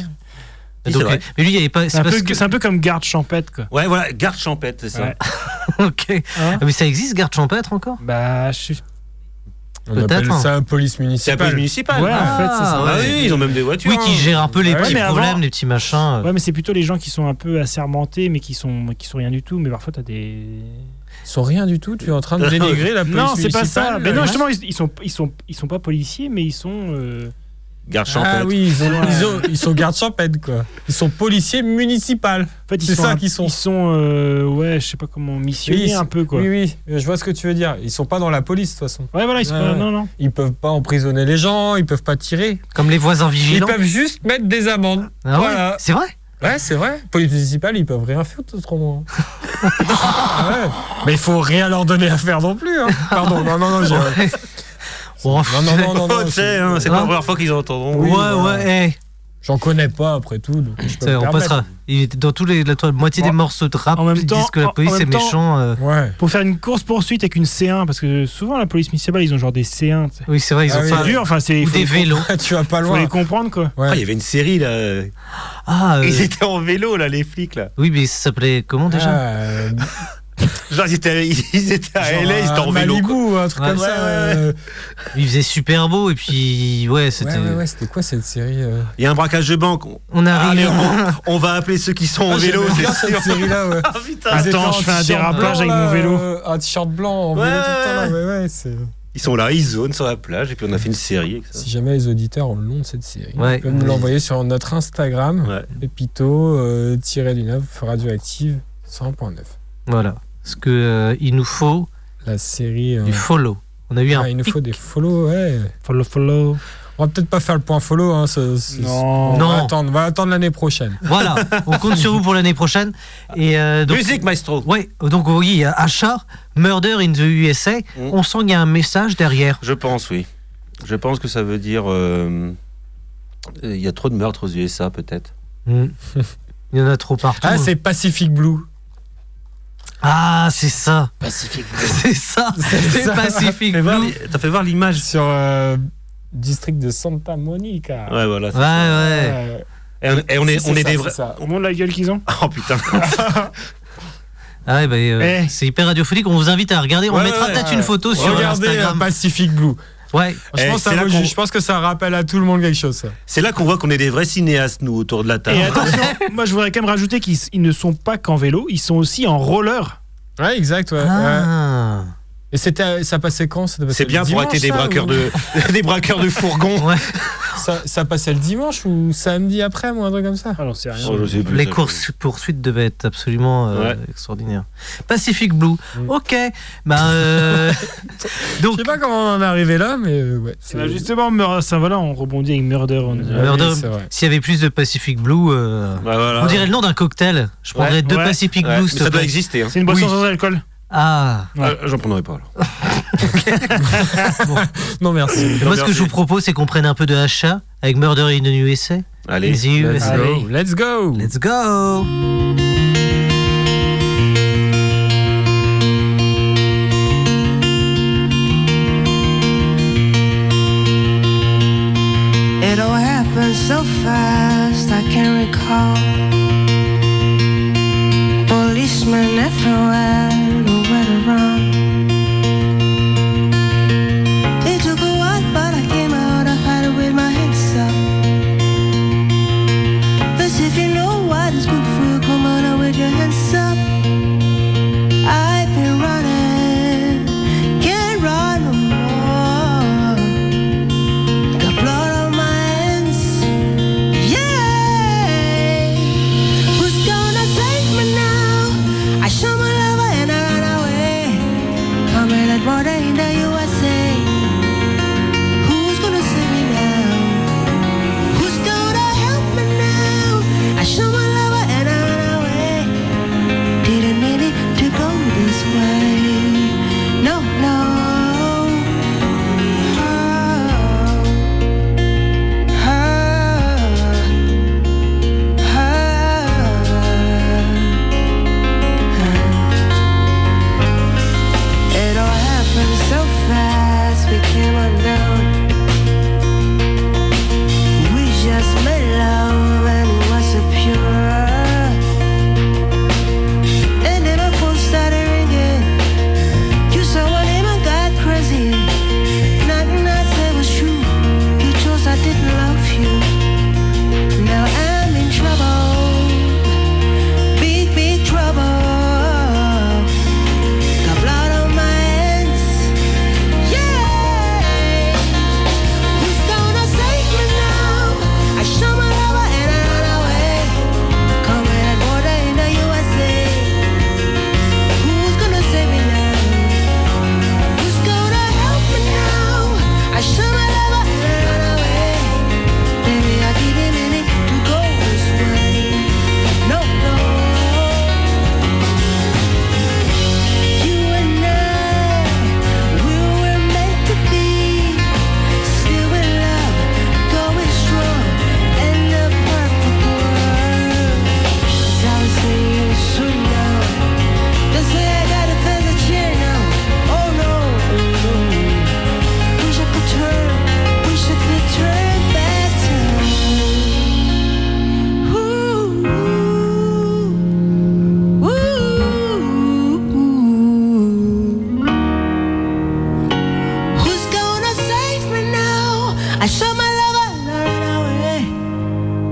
[SPEAKER 2] Oui,
[SPEAKER 1] Donc,
[SPEAKER 2] c'est vrai.
[SPEAKER 1] mais lui, il n'y avait pas.
[SPEAKER 4] C'est
[SPEAKER 1] C'est
[SPEAKER 4] un,
[SPEAKER 1] parce
[SPEAKER 4] peu-
[SPEAKER 1] que-
[SPEAKER 4] c'est un peu comme garde champêtre quoi.
[SPEAKER 2] Ouais, voilà, garde champêtre, c'est ça.
[SPEAKER 4] Ouais.
[SPEAKER 1] Ok.
[SPEAKER 4] Hein
[SPEAKER 1] Ah, mais ça existe, garde champêtre encore
[SPEAKER 4] bah, je suis.
[SPEAKER 3] On
[SPEAKER 1] Peut-être,
[SPEAKER 3] appelle
[SPEAKER 1] hein.
[SPEAKER 3] ça police
[SPEAKER 2] C'est la
[SPEAKER 3] municipale.
[SPEAKER 2] police municipale.
[SPEAKER 4] Ouais,
[SPEAKER 2] Ah,
[SPEAKER 4] en fait, c'est ça.
[SPEAKER 2] ah oui, ils ont même des voitures.
[SPEAKER 1] Oui, qui
[SPEAKER 2] hein.
[SPEAKER 1] gère un peu les
[SPEAKER 3] Ouais,
[SPEAKER 1] petits
[SPEAKER 4] mais avant-
[SPEAKER 1] problèmes, les petits machins. euh,
[SPEAKER 4] Ouais, mais c'est plutôt les gens qui sont un peu assermentés, mais qui sont, qui sont rien du tout. Mais parfois, t'as des.
[SPEAKER 3] Ils sont rien du tout, tu es en train de dénigrer la police
[SPEAKER 4] Non, c'est pas ça.
[SPEAKER 3] municipale, Ah
[SPEAKER 4] Mais
[SPEAKER 3] là.
[SPEAKER 4] non, justement, ils, ils sont, ils, sont, ils sont pas policiers, mais ils sont. euh,
[SPEAKER 2] Garde champêtre.
[SPEAKER 3] Ah oui, ils, ont,
[SPEAKER 4] Ouais.
[SPEAKER 3] ils, ont- ils sont gardes champêtres, quoi. Ils sont policiers municipaux.
[SPEAKER 4] En fait, ils
[SPEAKER 3] C'est
[SPEAKER 4] sont.
[SPEAKER 3] ça
[SPEAKER 4] un-
[SPEAKER 3] qu'ils sont.
[SPEAKER 4] Ils sont, euh, ouais, je sais pas comment, missionnaires
[SPEAKER 3] Oui, ils-
[SPEAKER 4] un peu, quoi.
[SPEAKER 3] Oui, oui, je vois ce que tu veux dire. Ils sont pas dans la police, de toute façon.
[SPEAKER 4] Ouais, voilà, ils sont
[SPEAKER 3] Ouais,
[SPEAKER 4] pas-
[SPEAKER 3] ouais.
[SPEAKER 4] Non, non.
[SPEAKER 3] Ils peuvent pas emprisonner les gens, ils peuvent pas tirer.
[SPEAKER 1] Comme les voisins
[SPEAKER 3] Ils
[SPEAKER 1] vigilants.
[SPEAKER 3] peuvent juste mettre des amendes.
[SPEAKER 1] Ah ouais
[SPEAKER 3] Voilà.
[SPEAKER 1] C'est vrai
[SPEAKER 3] Ouais, c'est vrai. Police municipale, ils peuvent rien faire autrement. hein. Ah ouais. Mais il faut rien leur donner à faire non plus. hein. Pardon, non, non, non, j'ai.
[SPEAKER 1] Ouais. Oh,
[SPEAKER 3] Non, non, non, non,
[SPEAKER 2] Oh,
[SPEAKER 3] non,
[SPEAKER 2] tu sais, hein,
[SPEAKER 1] Ah.
[SPEAKER 2] c'est pas la première fois qu'ils entendront.
[SPEAKER 1] Ouais,
[SPEAKER 3] Oui, voilà.
[SPEAKER 1] ouais, hey.
[SPEAKER 3] J'en connais pas après tout. donc je peux
[SPEAKER 1] Ça,
[SPEAKER 3] me
[SPEAKER 1] on
[SPEAKER 3] permettre.
[SPEAKER 1] passera. Il était dans tous les, la, la moitié des
[SPEAKER 4] En-
[SPEAKER 1] morceaux de rap
[SPEAKER 4] en même
[SPEAKER 1] qui
[SPEAKER 4] temps-
[SPEAKER 1] disent que la
[SPEAKER 4] en-
[SPEAKER 1] police
[SPEAKER 4] en
[SPEAKER 1] est
[SPEAKER 4] même temps-
[SPEAKER 1] méchant. euh,
[SPEAKER 3] Ouais.
[SPEAKER 4] Pour faire une course-poursuite avec une C1, parce que souvent, la police municipale, ils ont genre des C1. tu sais.
[SPEAKER 1] Oui, c'est vrai, ils
[SPEAKER 3] Ah
[SPEAKER 1] ont
[SPEAKER 3] oui.
[SPEAKER 1] pas.
[SPEAKER 4] C'est dur, enfin, c'est.
[SPEAKER 1] Ou
[SPEAKER 4] faut
[SPEAKER 1] des
[SPEAKER 4] les com-
[SPEAKER 1] vélos.
[SPEAKER 3] tu vas pas
[SPEAKER 4] Faut
[SPEAKER 3] loin.
[SPEAKER 4] les comprendre, quoi.
[SPEAKER 2] Ah,
[SPEAKER 3] Ouais.
[SPEAKER 2] il y avait une série là.
[SPEAKER 1] Ah, euh,
[SPEAKER 2] Ils étaient en vélo là, les flics là.
[SPEAKER 1] oui, mais ça s'appelait comment déjà
[SPEAKER 3] Ah, euh,
[SPEAKER 2] Genre ils étaient, ils étaient à
[SPEAKER 3] genre
[SPEAKER 2] LA, ils étaient en
[SPEAKER 3] un
[SPEAKER 2] vélo. quoi.
[SPEAKER 3] Malibu, un truc
[SPEAKER 1] Ouais,
[SPEAKER 3] comme
[SPEAKER 1] ouais,
[SPEAKER 3] ça.
[SPEAKER 2] ouais,
[SPEAKER 3] euh,
[SPEAKER 1] Il faisait super beau et puis ouais,
[SPEAKER 3] Ouais,
[SPEAKER 1] c'était.
[SPEAKER 3] ouais, ouais, c'était quoi cette série euh
[SPEAKER 2] Il y a un braquage de banque. On-
[SPEAKER 1] On arrive.
[SPEAKER 2] Allez, on, on va appeler ceux qui sont en
[SPEAKER 3] Ah, j'aimais
[SPEAKER 2] vélo,
[SPEAKER 3] bien
[SPEAKER 2] c'est
[SPEAKER 3] cette
[SPEAKER 2] sûr.
[SPEAKER 3] série-là, ouais.
[SPEAKER 2] Ah putain.
[SPEAKER 3] Ils étaient
[SPEAKER 4] Attends,
[SPEAKER 3] en
[SPEAKER 4] je fais un
[SPEAKER 3] t-shirt blanc,
[SPEAKER 4] dérapage avec mon
[SPEAKER 3] là,
[SPEAKER 4] vélo.
[SPEAKER 3] euh, un t-shirt blanc en
[SPEAKER 2] Ouais,
[SPEAKER 3] vélo tout le temps, là,
[SPEAKER 2] ouais,
[SPEAKER 3] ouais, ouais, c'est-
[SPEAKER 2] Ils sont là, ils zonent sur la plage et puis on a fait une série. avec ça.
[SPEAKER 3] Si jamais les auditeurs ont le nom de cette série,
[SPEAKER 1] Ouais.
[SPEAKER 3] ils peuvent nous l'envoyer sur notre Instagram,
[SPEAKER 2] Ouais.
[SPEAKER 3] pépito euh, tiré du 9 radioactive 100.9.
[SPEAKER 1] Voilà. Parce que euh, il nous faut
[SPEAKER 3] La série. euh,
[SPEAKER 1] du follow. On a eu
[SPEAKER 3] ah,
[SPEAKER 1] un.
[SPEAKER 3] il nous faut des follow, ouais.
[SPEAKER 4] Follow, follow.
[SPEAKER 3] On va peut-être pas faire le point follow. Hein, ce- ce-
[SPEAKER 4] Non.
[SPEAKER 3] On
[SPEAKER 1] Non.
[SPEAKER 3] va attendre, on va attendre l'année prochaine.
[SPEAKER 1] Voilà. On compte sur vous pour l'année prochaine. Et euh, donc.
[SPEAKER 2] Musique maestro.
[SPEAKER 1] Ouais. Donc oui, il y a Achar, Murder in the USA. On sent qu'il y a un message derrière.
[SPEAKER 2] Je pense, oui. Je pense que ça veut dire. euh, Il y a trop de meurtres aux USA, peut-être.
[SPEAKER 1] Mm. Il y en a trop partout. hein.
[SPEAKER 3] Ah, c'est Pacific Blue.
[SPEAKER 1] Ah, c'est ça. C'est ça. C'est Pacific Blue.
[SPEAKER 2] T'as fait voir l'image.
[SPEAKER 3] Sur euh, district de Santa Monica.
[SPEAKER 2] Ah, Ouais, voilà. c'est
[SPEAKER 1] Ouais,
[SPEAKER 2] ça.
[SPEAKER 1] ouais.
[SPEAKER 3] Ouais.
[SPEAKER 2] Et on, et on est,
[SPEAKER 3] Si,
[SPEAKER 2] on
[SPEAKER 3] c'est ça,
[SPEAKER 2] est des
[SPEAKER 3] c'est
[SPEAKER 2] vrais.
[SPEAKER 3] ça.
[SPEAKER 4] On montre la gueule qu'ils ont.
[SPEAKER 2] Oh putain.
[SPEAKER 1] Ah ouais, bah, euh,
[SPEAKER 4] Eh.
[SPEAKER 1] c'est hyper radiophonique. On vous invite à regarder. On
[SPEAKER 2] Ouais,
[SPEAKER 1] mettra
[SPEAKER 2] ouais,
[SPEAKER 1] peut-être
[SPEAKER 3] ouais.
[SPEAKER 1] une photo sur
[SPEAKER 3] Regardez euh,
[SPEAKER 1] Instagram.
[SPEAKER 3] Pacific Blue.
[SPEAKER 1] Ouais.
[SPEAKER 3] Je
[SPEAKER 2] Eh,
[SPEAKER 3] pense, que
[SPEAKER 2] c'est
[SPEAKER 3] ça
[SPEAKER 2] là
[SPEAKER 3] vaut
[SPEAKER 2] qu'on-
[SPEAKER 3] ju- je pense que ça rappelle à tout le monde quelque chose. ça.
[SPEAKER 2] C'est là qu'on voit qu'on est des vrais cinéastes, nous, autour de la table.
[SPEAKER 4] Et
[SPEAKER 3] Ah.
[SPEAKER 4] attention, moi je voudrais quand même rajouter qu'ils ils ne sont pas qu'en vélo, ils sont aussi en roller.
[SPEAKER 3] Ouais, exact. Ouais. ouais.
[SPEAKER 1] Ah.
[SPEAKER 3] Et c'était, ça passait quand ça devait
[SPEAKER 2] C'est
[SPEAKER 3] passer
[SPEAKER 2] bien
[SPEAKER 3] le
[SPEAKER 2] pour arrêter
[SPEAKER 3] dimanche,
[SPEAKER 2] des
[SPEAKER 3] ça,
[SPEAKER 2] braqueurs
[SPEAKER 3] ou-
[SPEAKER 2] de des braqueurs de fourgons.
[SPEAKER 1] Ouais.
[SPEAKER 3] Ça, ça passait le dimanche ou samedi après, moi, un truc comme ça.
[SPEAKER 4] Ah non, c'est rien.
[SPEAKER 2] Oh, je sais plus,
[SPEAKER 1] Les
[SPEAKER 2] ça.
[SPEAKER 1] courses poursuites devaient être absolument euh,
[SPEAKER 2] Ouais.
[SPEAKER 1] extraordinaires. Pacific Blue.
[SPEAKER 3] Mm.
[SPEAKER 1] Ok. Bah, euh,
[SPEAKER 3] Je
[SPEAKER 1] donc,
[SPEAKER 3] sais pas comment on en est arrivé là, mais euh, ouais. c'est-
[SPEAKER 4] Bah, justement, Mur- ça voilà, on rebondit avec Murder on the-
[SPEAKER 3] Ouais,
[SPEAKER 1] Murder-
[SPEAKER 3] c'est vrai.
[SPEAKER 1] s'il y avait plus de Pacific Blue, euh,
[SPEAKER 2] Bah, voilà.
[SPEAKER 1] on dirait le nom d'un cocktail. Je prendrais
[SPEAKER 4] Ouais,
[SPEAKER 1] deux
[SPEAKER 4] ouais,
[SPEAKER 1] Pacific
[SPEAKER 2] Ouais,
[SPEAKER 1] Blue.
[SPEAKER 2] mais
[SPEAKER 1] s'il te
[SPEAKER 2] ça doit
[SPEAKER 1] plaît.
[SPEAKER 2] exister. hein.
[SPEAKER 4] C'est une boisson
[SPEAKER 1] Oui.
[SPEAKER 4] sans alcool.
[SPEAKER 1] Ah.
[SPEAKER 4] Ouais.
[SPEAKER 2] Ah, J'en prendrai pas. alors.
[SPEAKER 3] Non, merci.
[SPEAKER 1] Moi, ce que
[SPEAKER 2] merci.
[SPEAKER 1] je vous propose, c'est qu'on prenne un peu de achat avec Murder in the USA.
[SPEAKER 2] Allez. Bah,
[SPEAKER 1] In the USA.
[SPEAKER 3] Allez, Let's go.
[SPEAKER 1] Let's go.
[SPEAKER 5] It all happened so fast, I can't recall. Policemen everywhere, nowhere to run. It took a while, but I came out of it with my hands up. Cause if you know what is good for you, come on out with your hands up. I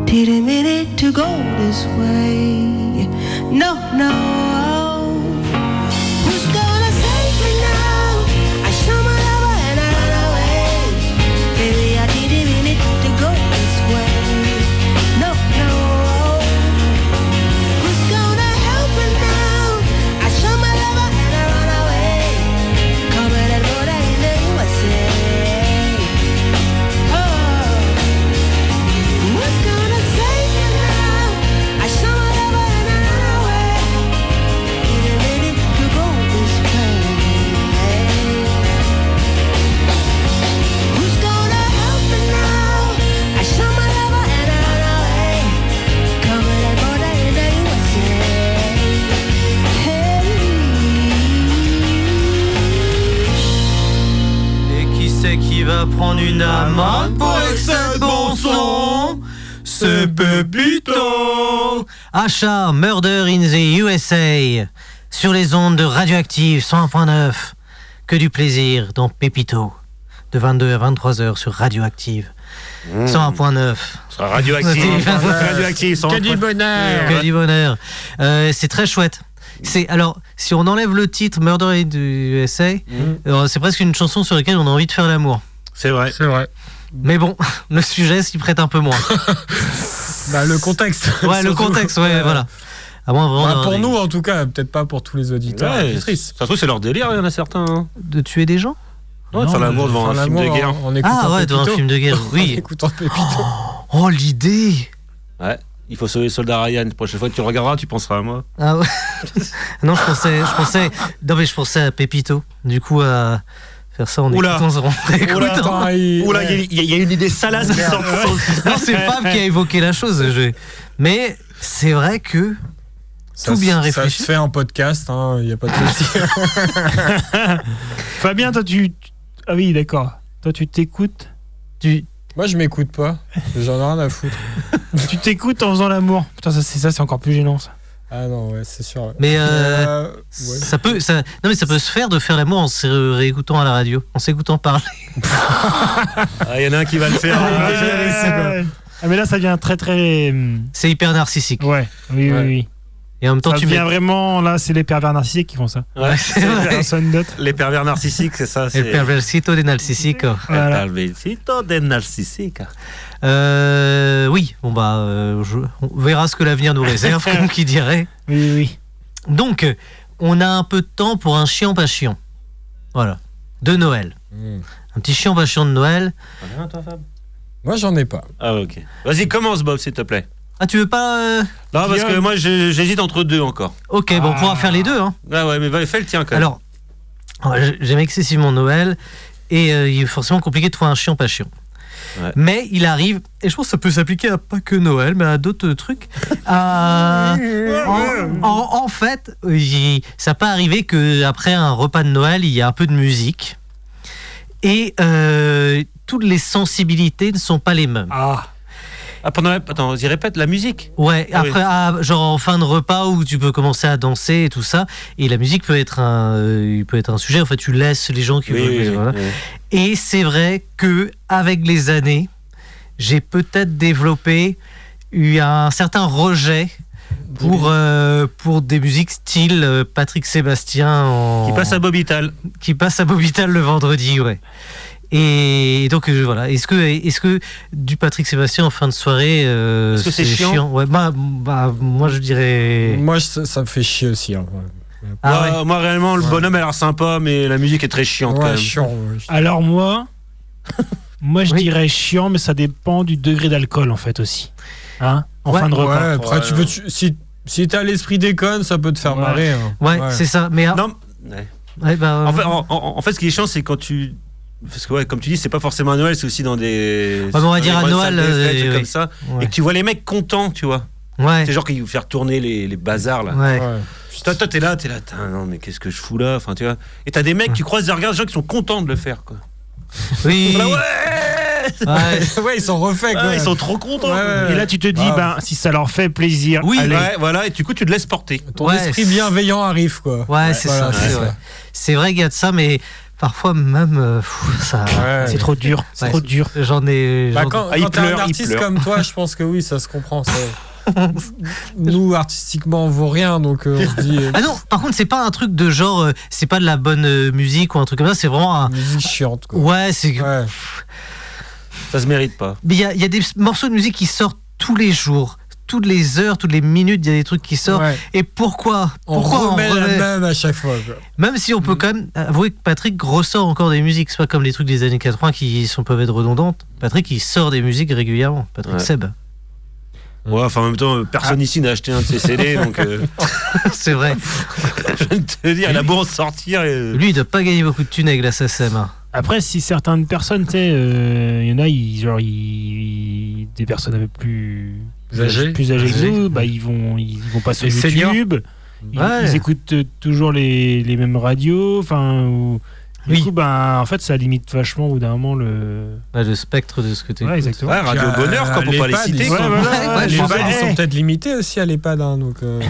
[SPEAKER 5] Wait a minute to go this way. No, no. Who's gonna save me now? I saw my lover and I ran away. Baby, I didn't mean it to go this way. No, no. Who's gonna help me now? I saw my lover and I ran away. Coming and border in the USA. Oh. Who's gonna save me now? I saw my lover and I ran away. Even ready to go this way. Who's gonna help me now? I saw my lover and I ran away. Coming and border in the USA. Hey.
[SPEAKER 1] Et qui c'est qui va prendre une amende pour excès de bon son C'est Pépito Achat Murder in the USA sur les ondes de Radioactive 101.9. Que du plaisir dans Pépito de 22 à 23h sur Radioactive Hmm. 101.9.
[SPEAKER 2] Ce sera radioactif.
[SPEAKER 1] Ah,
[SPEAKER 2] radioactif sans-
[SPEAKER 3] bonheur
[SPEAKER 1] Que du bonheur. Euh, c'est très chouette. C'est alors si on enlève le titre Murder in the USA,
[SPEAKER 3] Mhm.
[SPEAKER 1] euh, c'est presque une chanson sur laquelle on a envie de faire l'amour.
[SPEAKER 2] C'est vrai.
[SPEAKER 3] C'est vrai.
[SPEAKER 1] Mais bon, le sujet s'y prête un peu moins.
[SPEAKER 3] Bah, le contexte.
[SPEAKER 1] Ouais, le
[SPEAKER 3] surtout.
[SPEAKER 1] contexte, ouais, voilà. À moins vraiment
[SPEAKER 3] Bah,
[SPEAKER 1] d'avoir
[SPEAKER 3] pour
[SPEAKER 1] Hein, des-
[SPEAKER 3] nous, en tout cas, peut-être pas pour tous les auditeurs. et
[SPEAKER 2] Ouais, ça
[SPEAKER 3] auditrices.
[SPEAKER 2] se trouve, c'est leur délire, il y en a certains. hein.
[SPEAKER 1] De tuer des gens
[SPEAKER 2] Ouais, de faire l'amour devant
[SPEAKER 3] euh, Faire
[SPEAKER 2] un film de
[SPEAKER 3] l'amour
[SPEAKER 2] guerre.
[SPEAKER 3] En, en écoutant
[SPEAKER 1] Ah ouais,
[SPEAKER 3] Pépito.
[SPEAKER 1] dans un film de guerre,
[SPEAKER 3] En
[SPEAKER 1] oui.
[SPEAKER 3] écoutant Pépito.
[SPEAKER 1] Oh, l'idée
[SPEAKER 2] Ouais. Il faut sauver le soldat Ryan. La prochaine fois que tu regarderas, tu penseras à moi.
[SPEAKER 1] ah, ouais. Non, je pensais, je pensais. Non, mais je pensais à Pépito. Du coup, à faire ça en
[SPEAKER 2] Oula.
[SPEAKER 1] écoutant. en écoutant.
[SPEAKER 3] Attends, il-
[SPEAKER 2] Oula, il y, a- il y a une idée salace qui sort.
[SPEAKER 1] Non, c'est Fab qui a évoqué la chose. je- Mais c'est vrai que.
[SPEAKER 3] Ça
[SPEAKER 1] tout
[SPEAKER 3] se-
[SPEAKER 1] bien
[SPEAKER 3] Ça
[SPEAKER 1] réfléchi.
[SPEAKER 3] se fait en podcast, il n'y a pas de souci.
[SPEAKER 4] Fabien, toi, tu. Ah oui, d'accord. Toi, tu t'écoutes.
[SPEAKER 1] Tu...
[SPEAKER 3] Moi, je m'écoute pas. J'en ai rien à foutre.
[SPEAKER 4] tu t'écoutes en faisant l'amour. Putain, ça, c'est ça, c'est encore plus gênant, ça.
[SPEAKER 3] Ah non, ouais, c'est sûr. ouais.
[SPEAKER 1] Mais euh,
[SPEAKER 3] Euh, ouais.
[SPEAKER 1] ça peut, ça... non mais ça peut se faire de faire l'amour en se réécoutant à la radio, en s'écoutant parler.
[SPEAKER 2] Ah, Il y en a un qui va le faire.
[SPEAKER 4] Ah, Ouais. Ah, mais là, ça devient très, très. hum,
[SPEAKER 1] C'est hyper narcissique.
[SPEAKER 4] Ouais, oui,
[SPEAKER 3] Ouais.
[SPEAKER 4] oui, oui.
[SPEAKER 1] Et en même temps,
[SPEAKER 4] ça
[SPEAKER 1] tu
[SPEAKER 4] devient
[SPEAKER 1] mets-
[SPEAKER 4] vraiment. Là, c'est les pervers narcissiques qui font ça.
[SPEAKER 2] Ouais.
[SPEAKER 1] C'est vrai.
[SPEAKER 4] Personne d'autre.
[SPEAKER 2] Les pervers narcissiques, c'est ça.
[SPEAKER 1] El
[SPEAKER 2] C'est...
[SPEAKER 1] perversito de narcisico.
[SPEAKER 4] Voilà.
[SPEAKER 2] El perversito de narcisica.
[SPEAKER 1] Euh, oui, bon bah, euh, je- on verra ce que l'avenir nous réserve, comme qui dirait.
[SPEAKER 4] Oui, oui, oui.
[SPEAKER 1] Donc, euh, on a un peu de temps pour un chien pas chiant. Voilà, de Noël.
[SPEAKER 3] Hmm.
[SPEAKER 1] Un petit chien pas chiant de Noël.
[SPEAKER 3] Moi, j'en ai pas.
[SPEAKER 2] Ah, ok. Vas-y, commence, Bob, s'il te plaît.
[SPEAKER 1] Ah, tu veux pas euh,
[SPEAKER 2] Non, parce que
[SPEAKER 4] Guillaume.
[SPEAKER 2] moi, je- j'hésite entre deux encore.
[SPEAKER 1] Ok, bon, on
[SPEAKER 4] Ah.
[SPEAKER 1] pourra faire les deux. Hein.
[SPEAKER 2] Ah ouais, mais va- fais le tien quand même.
[SPEAKER 1] Alors, euh, j'aime excessivement Noël et euh, il est forcément compliqué de trouver un chien pas chiant.
[SPEAKER 2] Ouais.
[SPEAKER 1] Mais il arrive, et je pense que ça peut s'appliquer à pas que Noël, mais à d'autres trucs. à- en, en- en fait, il- ça peut arriver que après un repas de Noël, il y a un peu de musique et euh, toutes les sensibilités ne sont pas les mêmes.
[SPEAKER 4] Ah.
[SPEAKER 2] Ah, pendant la- Attends, vas-y, répète la musique.
[SPEAKER 1] Ouais,
[SPEAKER 2] Ah oui.
[SPEAKER 1] après, ah, genre en fin de repas où tu peux commencer à danser et tout ça, et la musique peut être un, euh, il peut être un sujet. En fait, tu laisses les gens qui
[SPEAKER 2] Oui,
[SPEAKER 1] veulent.
[SPEAKER 2] oui, oui,
[SPEAKER 1] voilà.
[SPEAKER 2] oui.
[SPEAKER 1] Et c'est vrai que avec les années, j'ai peut-être développé eu un certain rejet pour euh, pour des musiques style euh, Patrick Sébastien en-
[SPEAKER 2] Qui passe à Bobital.
[SPEAKER 1] qui passe à Bobital le vendredi, ouais. Et donc euh, voilà, est-ce que est-ce que du Patrick Sébastien en fin de soirée, euh,
[SPEAKER 2] Est-ce que c'est chiant
[SPEAKER 1] ouais, bah, bah, moi je dirais.
[SPEAKER 3] Moi, je- ça me fait chier aussi. hein.
[SPEAKER 1] Ah ouais.
[SPEAKER 2] moi, moi, réellement, le
[SPEAKER 3] Ouais.
[SPEAKER 2] bonhomme a l'air sympa, mais la musique est très chiante quand
[SPEAKER 3] Ouais,
[SPEAKER 2] même.
[SPEAKER 3] chiant. ouais.
[SPEAKER 1] Ah,
[SPEAKER 4] Alors, moi. Moi, je
[SPEAKER 1] Oui.
[SPEAKER 4] dirais chiant, mais ça dépend du degré d'alcool, en fait, aussi. Hein En
[SPEAKER 1] Ouais.
[SPEAKER 4] fin de
[SPEAKER 3] Ouais,
[SPEAKER 4] repas.
[SPEAKER 3] après, tu peux, tu- si, si t'as l'esprit déconne, ça peut te faire
[SPEAKER 4] Ouais.
[SPEAKER 3] marrer. hein.
[SPEAKER 1] Ouais,
[SPEAKER 3] Ouais.
[SPEAKER 1] c'est ça. Mais ah,
[SPEAKER 2] Non, ouais.
[SPEAKER 1] ouais, bah,
[SPEAKER 2] en, fait, en- en- en fait, ce qui est chiant, c'est quand tu. Parce que, ouais, comme tu dis, c'est pas forcément à Noël, c'est aussi dans des.
[SPEAKER 1] Ouais, mais on va
[SPEAKER 2] dans
[SPEAKER 1] dire
[SPEAKER 2] des
[SPEAKER 1] à
[SPEAKER 2] grandes
[SPEAKER 1] Noël,
[SPEAKER 2] salles des
[SPEAKER 1] euh,
[SPEAKER 2] fêtes,
[SPEAKER 1] oui,
[SPEAKER 2] comme
[SPEAKER 1] oui.
[SPEAKER 2] ça.
[SPEAKER 1] ouais.
[SPEAKER 2] Et que tu vois les mecs contents, tu vois.
[SPEAKER 1] Ouais.
[SPEAKER 2] C'est genre qu'ils vont faire tourner les, les bazars, là.
[SPEAKER 1] Ouais.
[SPEAKER 3] Ouais.
[SPEAKER 2] Toi, toi, t'es là, t'es là, Tain, non, mais qu'est-ce que je fous là Enfin, tu vois. Et t'as des mecs, tu croises des regards, des gens qui sont contents de le faire, quoi.
[SPEAKER 1] Oui.
[SPEAKER 2] Bah ouais
[SPEAKER 1] Ouais.
[SPEAKER 3] Ouais, ils sont refaits.
[SPEAKER 2] Ah,
[SPEAKER 3] quoi.
[SPEAKER 2] Ils sont trop contents.
[SPEAKER 3] Ouais,
[SPEAKER 2] quoi.
[SPEAKER 3] ouais.
[SPEAKER 4] Et là, tu te dis,
[SPEAKER 3] Ah.
[SPEAKER 4] ben, si ça leur fait plaisir,
[SPEAKER 1] Oui.
[SPEAKER 4] allez.
[SPEAKER 2] Ouais, voilà, et du coup, tu te laisses porter.
[SPEAKER 3] Ton
[SPEAKER 1] Ouais.
[SPEAKER 3] esprit bienveillant arrive, quoi.
[SPEAKER 1] Ouais, c'est ça.
[SPEAKER 3] Voilà, c'est
[SPEAKER 1] c'est
[SPEAKER 3] ça.
[SPEAKER 1] vrai. C'est vrai qu'il y a de ça, mais Parfois même, euh, pff, ça,
[SPEAKER 3] Ouais.
[SPEAKER 4] C'est trop dur, c'est
[SPEAKER 1] Ouais.
[SPEAKER 4] trop dur.
[SPEAKER 1] j'en ai.
[SPEAKER 3] Bah,
[SPEAKER 1] j'en-
[SPEAKER 3] quand
[SPEAKER 2] Ah, il
[SPEAKER 3] quand t'es un
[SPEAKER 2] pleure, il
[SPEAKER 3] artiste
[SPEAKER 2] pleure.
[SPEAKER 3] comme toi, je pense que oui, ça se comprend. ça. Nous, artistiquement, on vaut rien, donc euh, on se dit. euh,
[SPEAKER 1] Ah non, par contre, c'est pas un truc de genre, euh, c'est pas de la bonne euh, musique ou un truc comme ça, c'est vraiment un.
[SPEAKER 3] musique chiante, quoi.
[SPEAKER 1] Ouais, c'est.
[SPEAKER 3] Ouais.
[SPEAKER 2] Ça se mérite pas.
[SPEAKER 1] Mais il y, a- il y a des morceaux de musique qui sortent tous les jours, toutes les heures, toutes les minutes, il y a des trucs qui sortent.
[SPEAKER 3] Ouais.
[SPEAKER 1] Et pourquoi
[SPEAKER 3] On
[SPEAKER 1] Pourquoi
[SPEAKER 3] remet
[SPEAKER 1] on
[SPEAKER 3] la Mm.
[SPEAKER 1] remet
[SPEAKER 3] même à chaque fois. quoi.
[SPEAKER 1] Même si on peut quand même avouer que Patrick ressort encore des musiques, c'est pas comme les trucs des années 80 qui sont peuvent être redondantes. Patrick, il sort des musiques régulièrement. Patrick
[SPEAKER 2] Ouais.
[SPEAKER 1] Seb,
[SPEAKER 2] Ouais, enfin, en même temps, personne ici n'a acheté un de ses CD, donc euh,
[SPEAKER 1] c'est vrai.
[SPEAKER 2] je viens de te dire, il a beau en sortir. et, euh,
[SPEAKER 1] Lui, il doit pas gagner beaucoup de thunes avec la SSM. hein.
[SPEAKER 4] Après, si certaines personnes, tu sais, euh, il y en a, ils, genre, ils- des personnes avec plus
[SPEAKER 3] Plus âgées.
[SPEAKER 4] plus âgées que
[SPEAKER 1] Âgées.
[SPEAKER 4] nous, bah, ils vont, ils vont pas sur
[SPEAKER 3] Les seniors.
[SPEAKER 4] YouTube. Ils,
[SPEAKER 1] Ouais.
[SPEAKER 4] ils écoutent euh, toujours les, les mêmes radios, enfin. ou- Du
[SPEAKER 1] Oui.
[SPEAKER 4] coup, ben, en fait, ça limite vachement au bout d'un moment le.
[SPEAKER 1] Là, le spectre de ce que tu
[SPEAKER 4] Ouais, exactement.
[SPEAKER 2] Ouais, Ah, Radio
[SPEAKER 3] Puis, euh,
[SPEAKER 2] Bonheur, quoi, pour
[SPEAKER 3] les
[SPEAKER 2] pas les
[SPEAKER 3] pads,
[SPEAKER 2] citer.
[SPEAKER 3] ils
[SPEAKER 2] quoi.
[SPEAKER 3] sont-
[SPEAKER 4] Ouais, voilà,
[SPEAKER 1] ouais,
[SPEAKER 3] les
[SPEAKER 1] je
[SPEAKER 3] pads,
[SPEAKER 1] pense
[SPEAKER 3] ils
[SPEAKER 1] que-
[SPEAKER 3] sont peut-être limités aussi à l'EHPAD, hein, donc euh,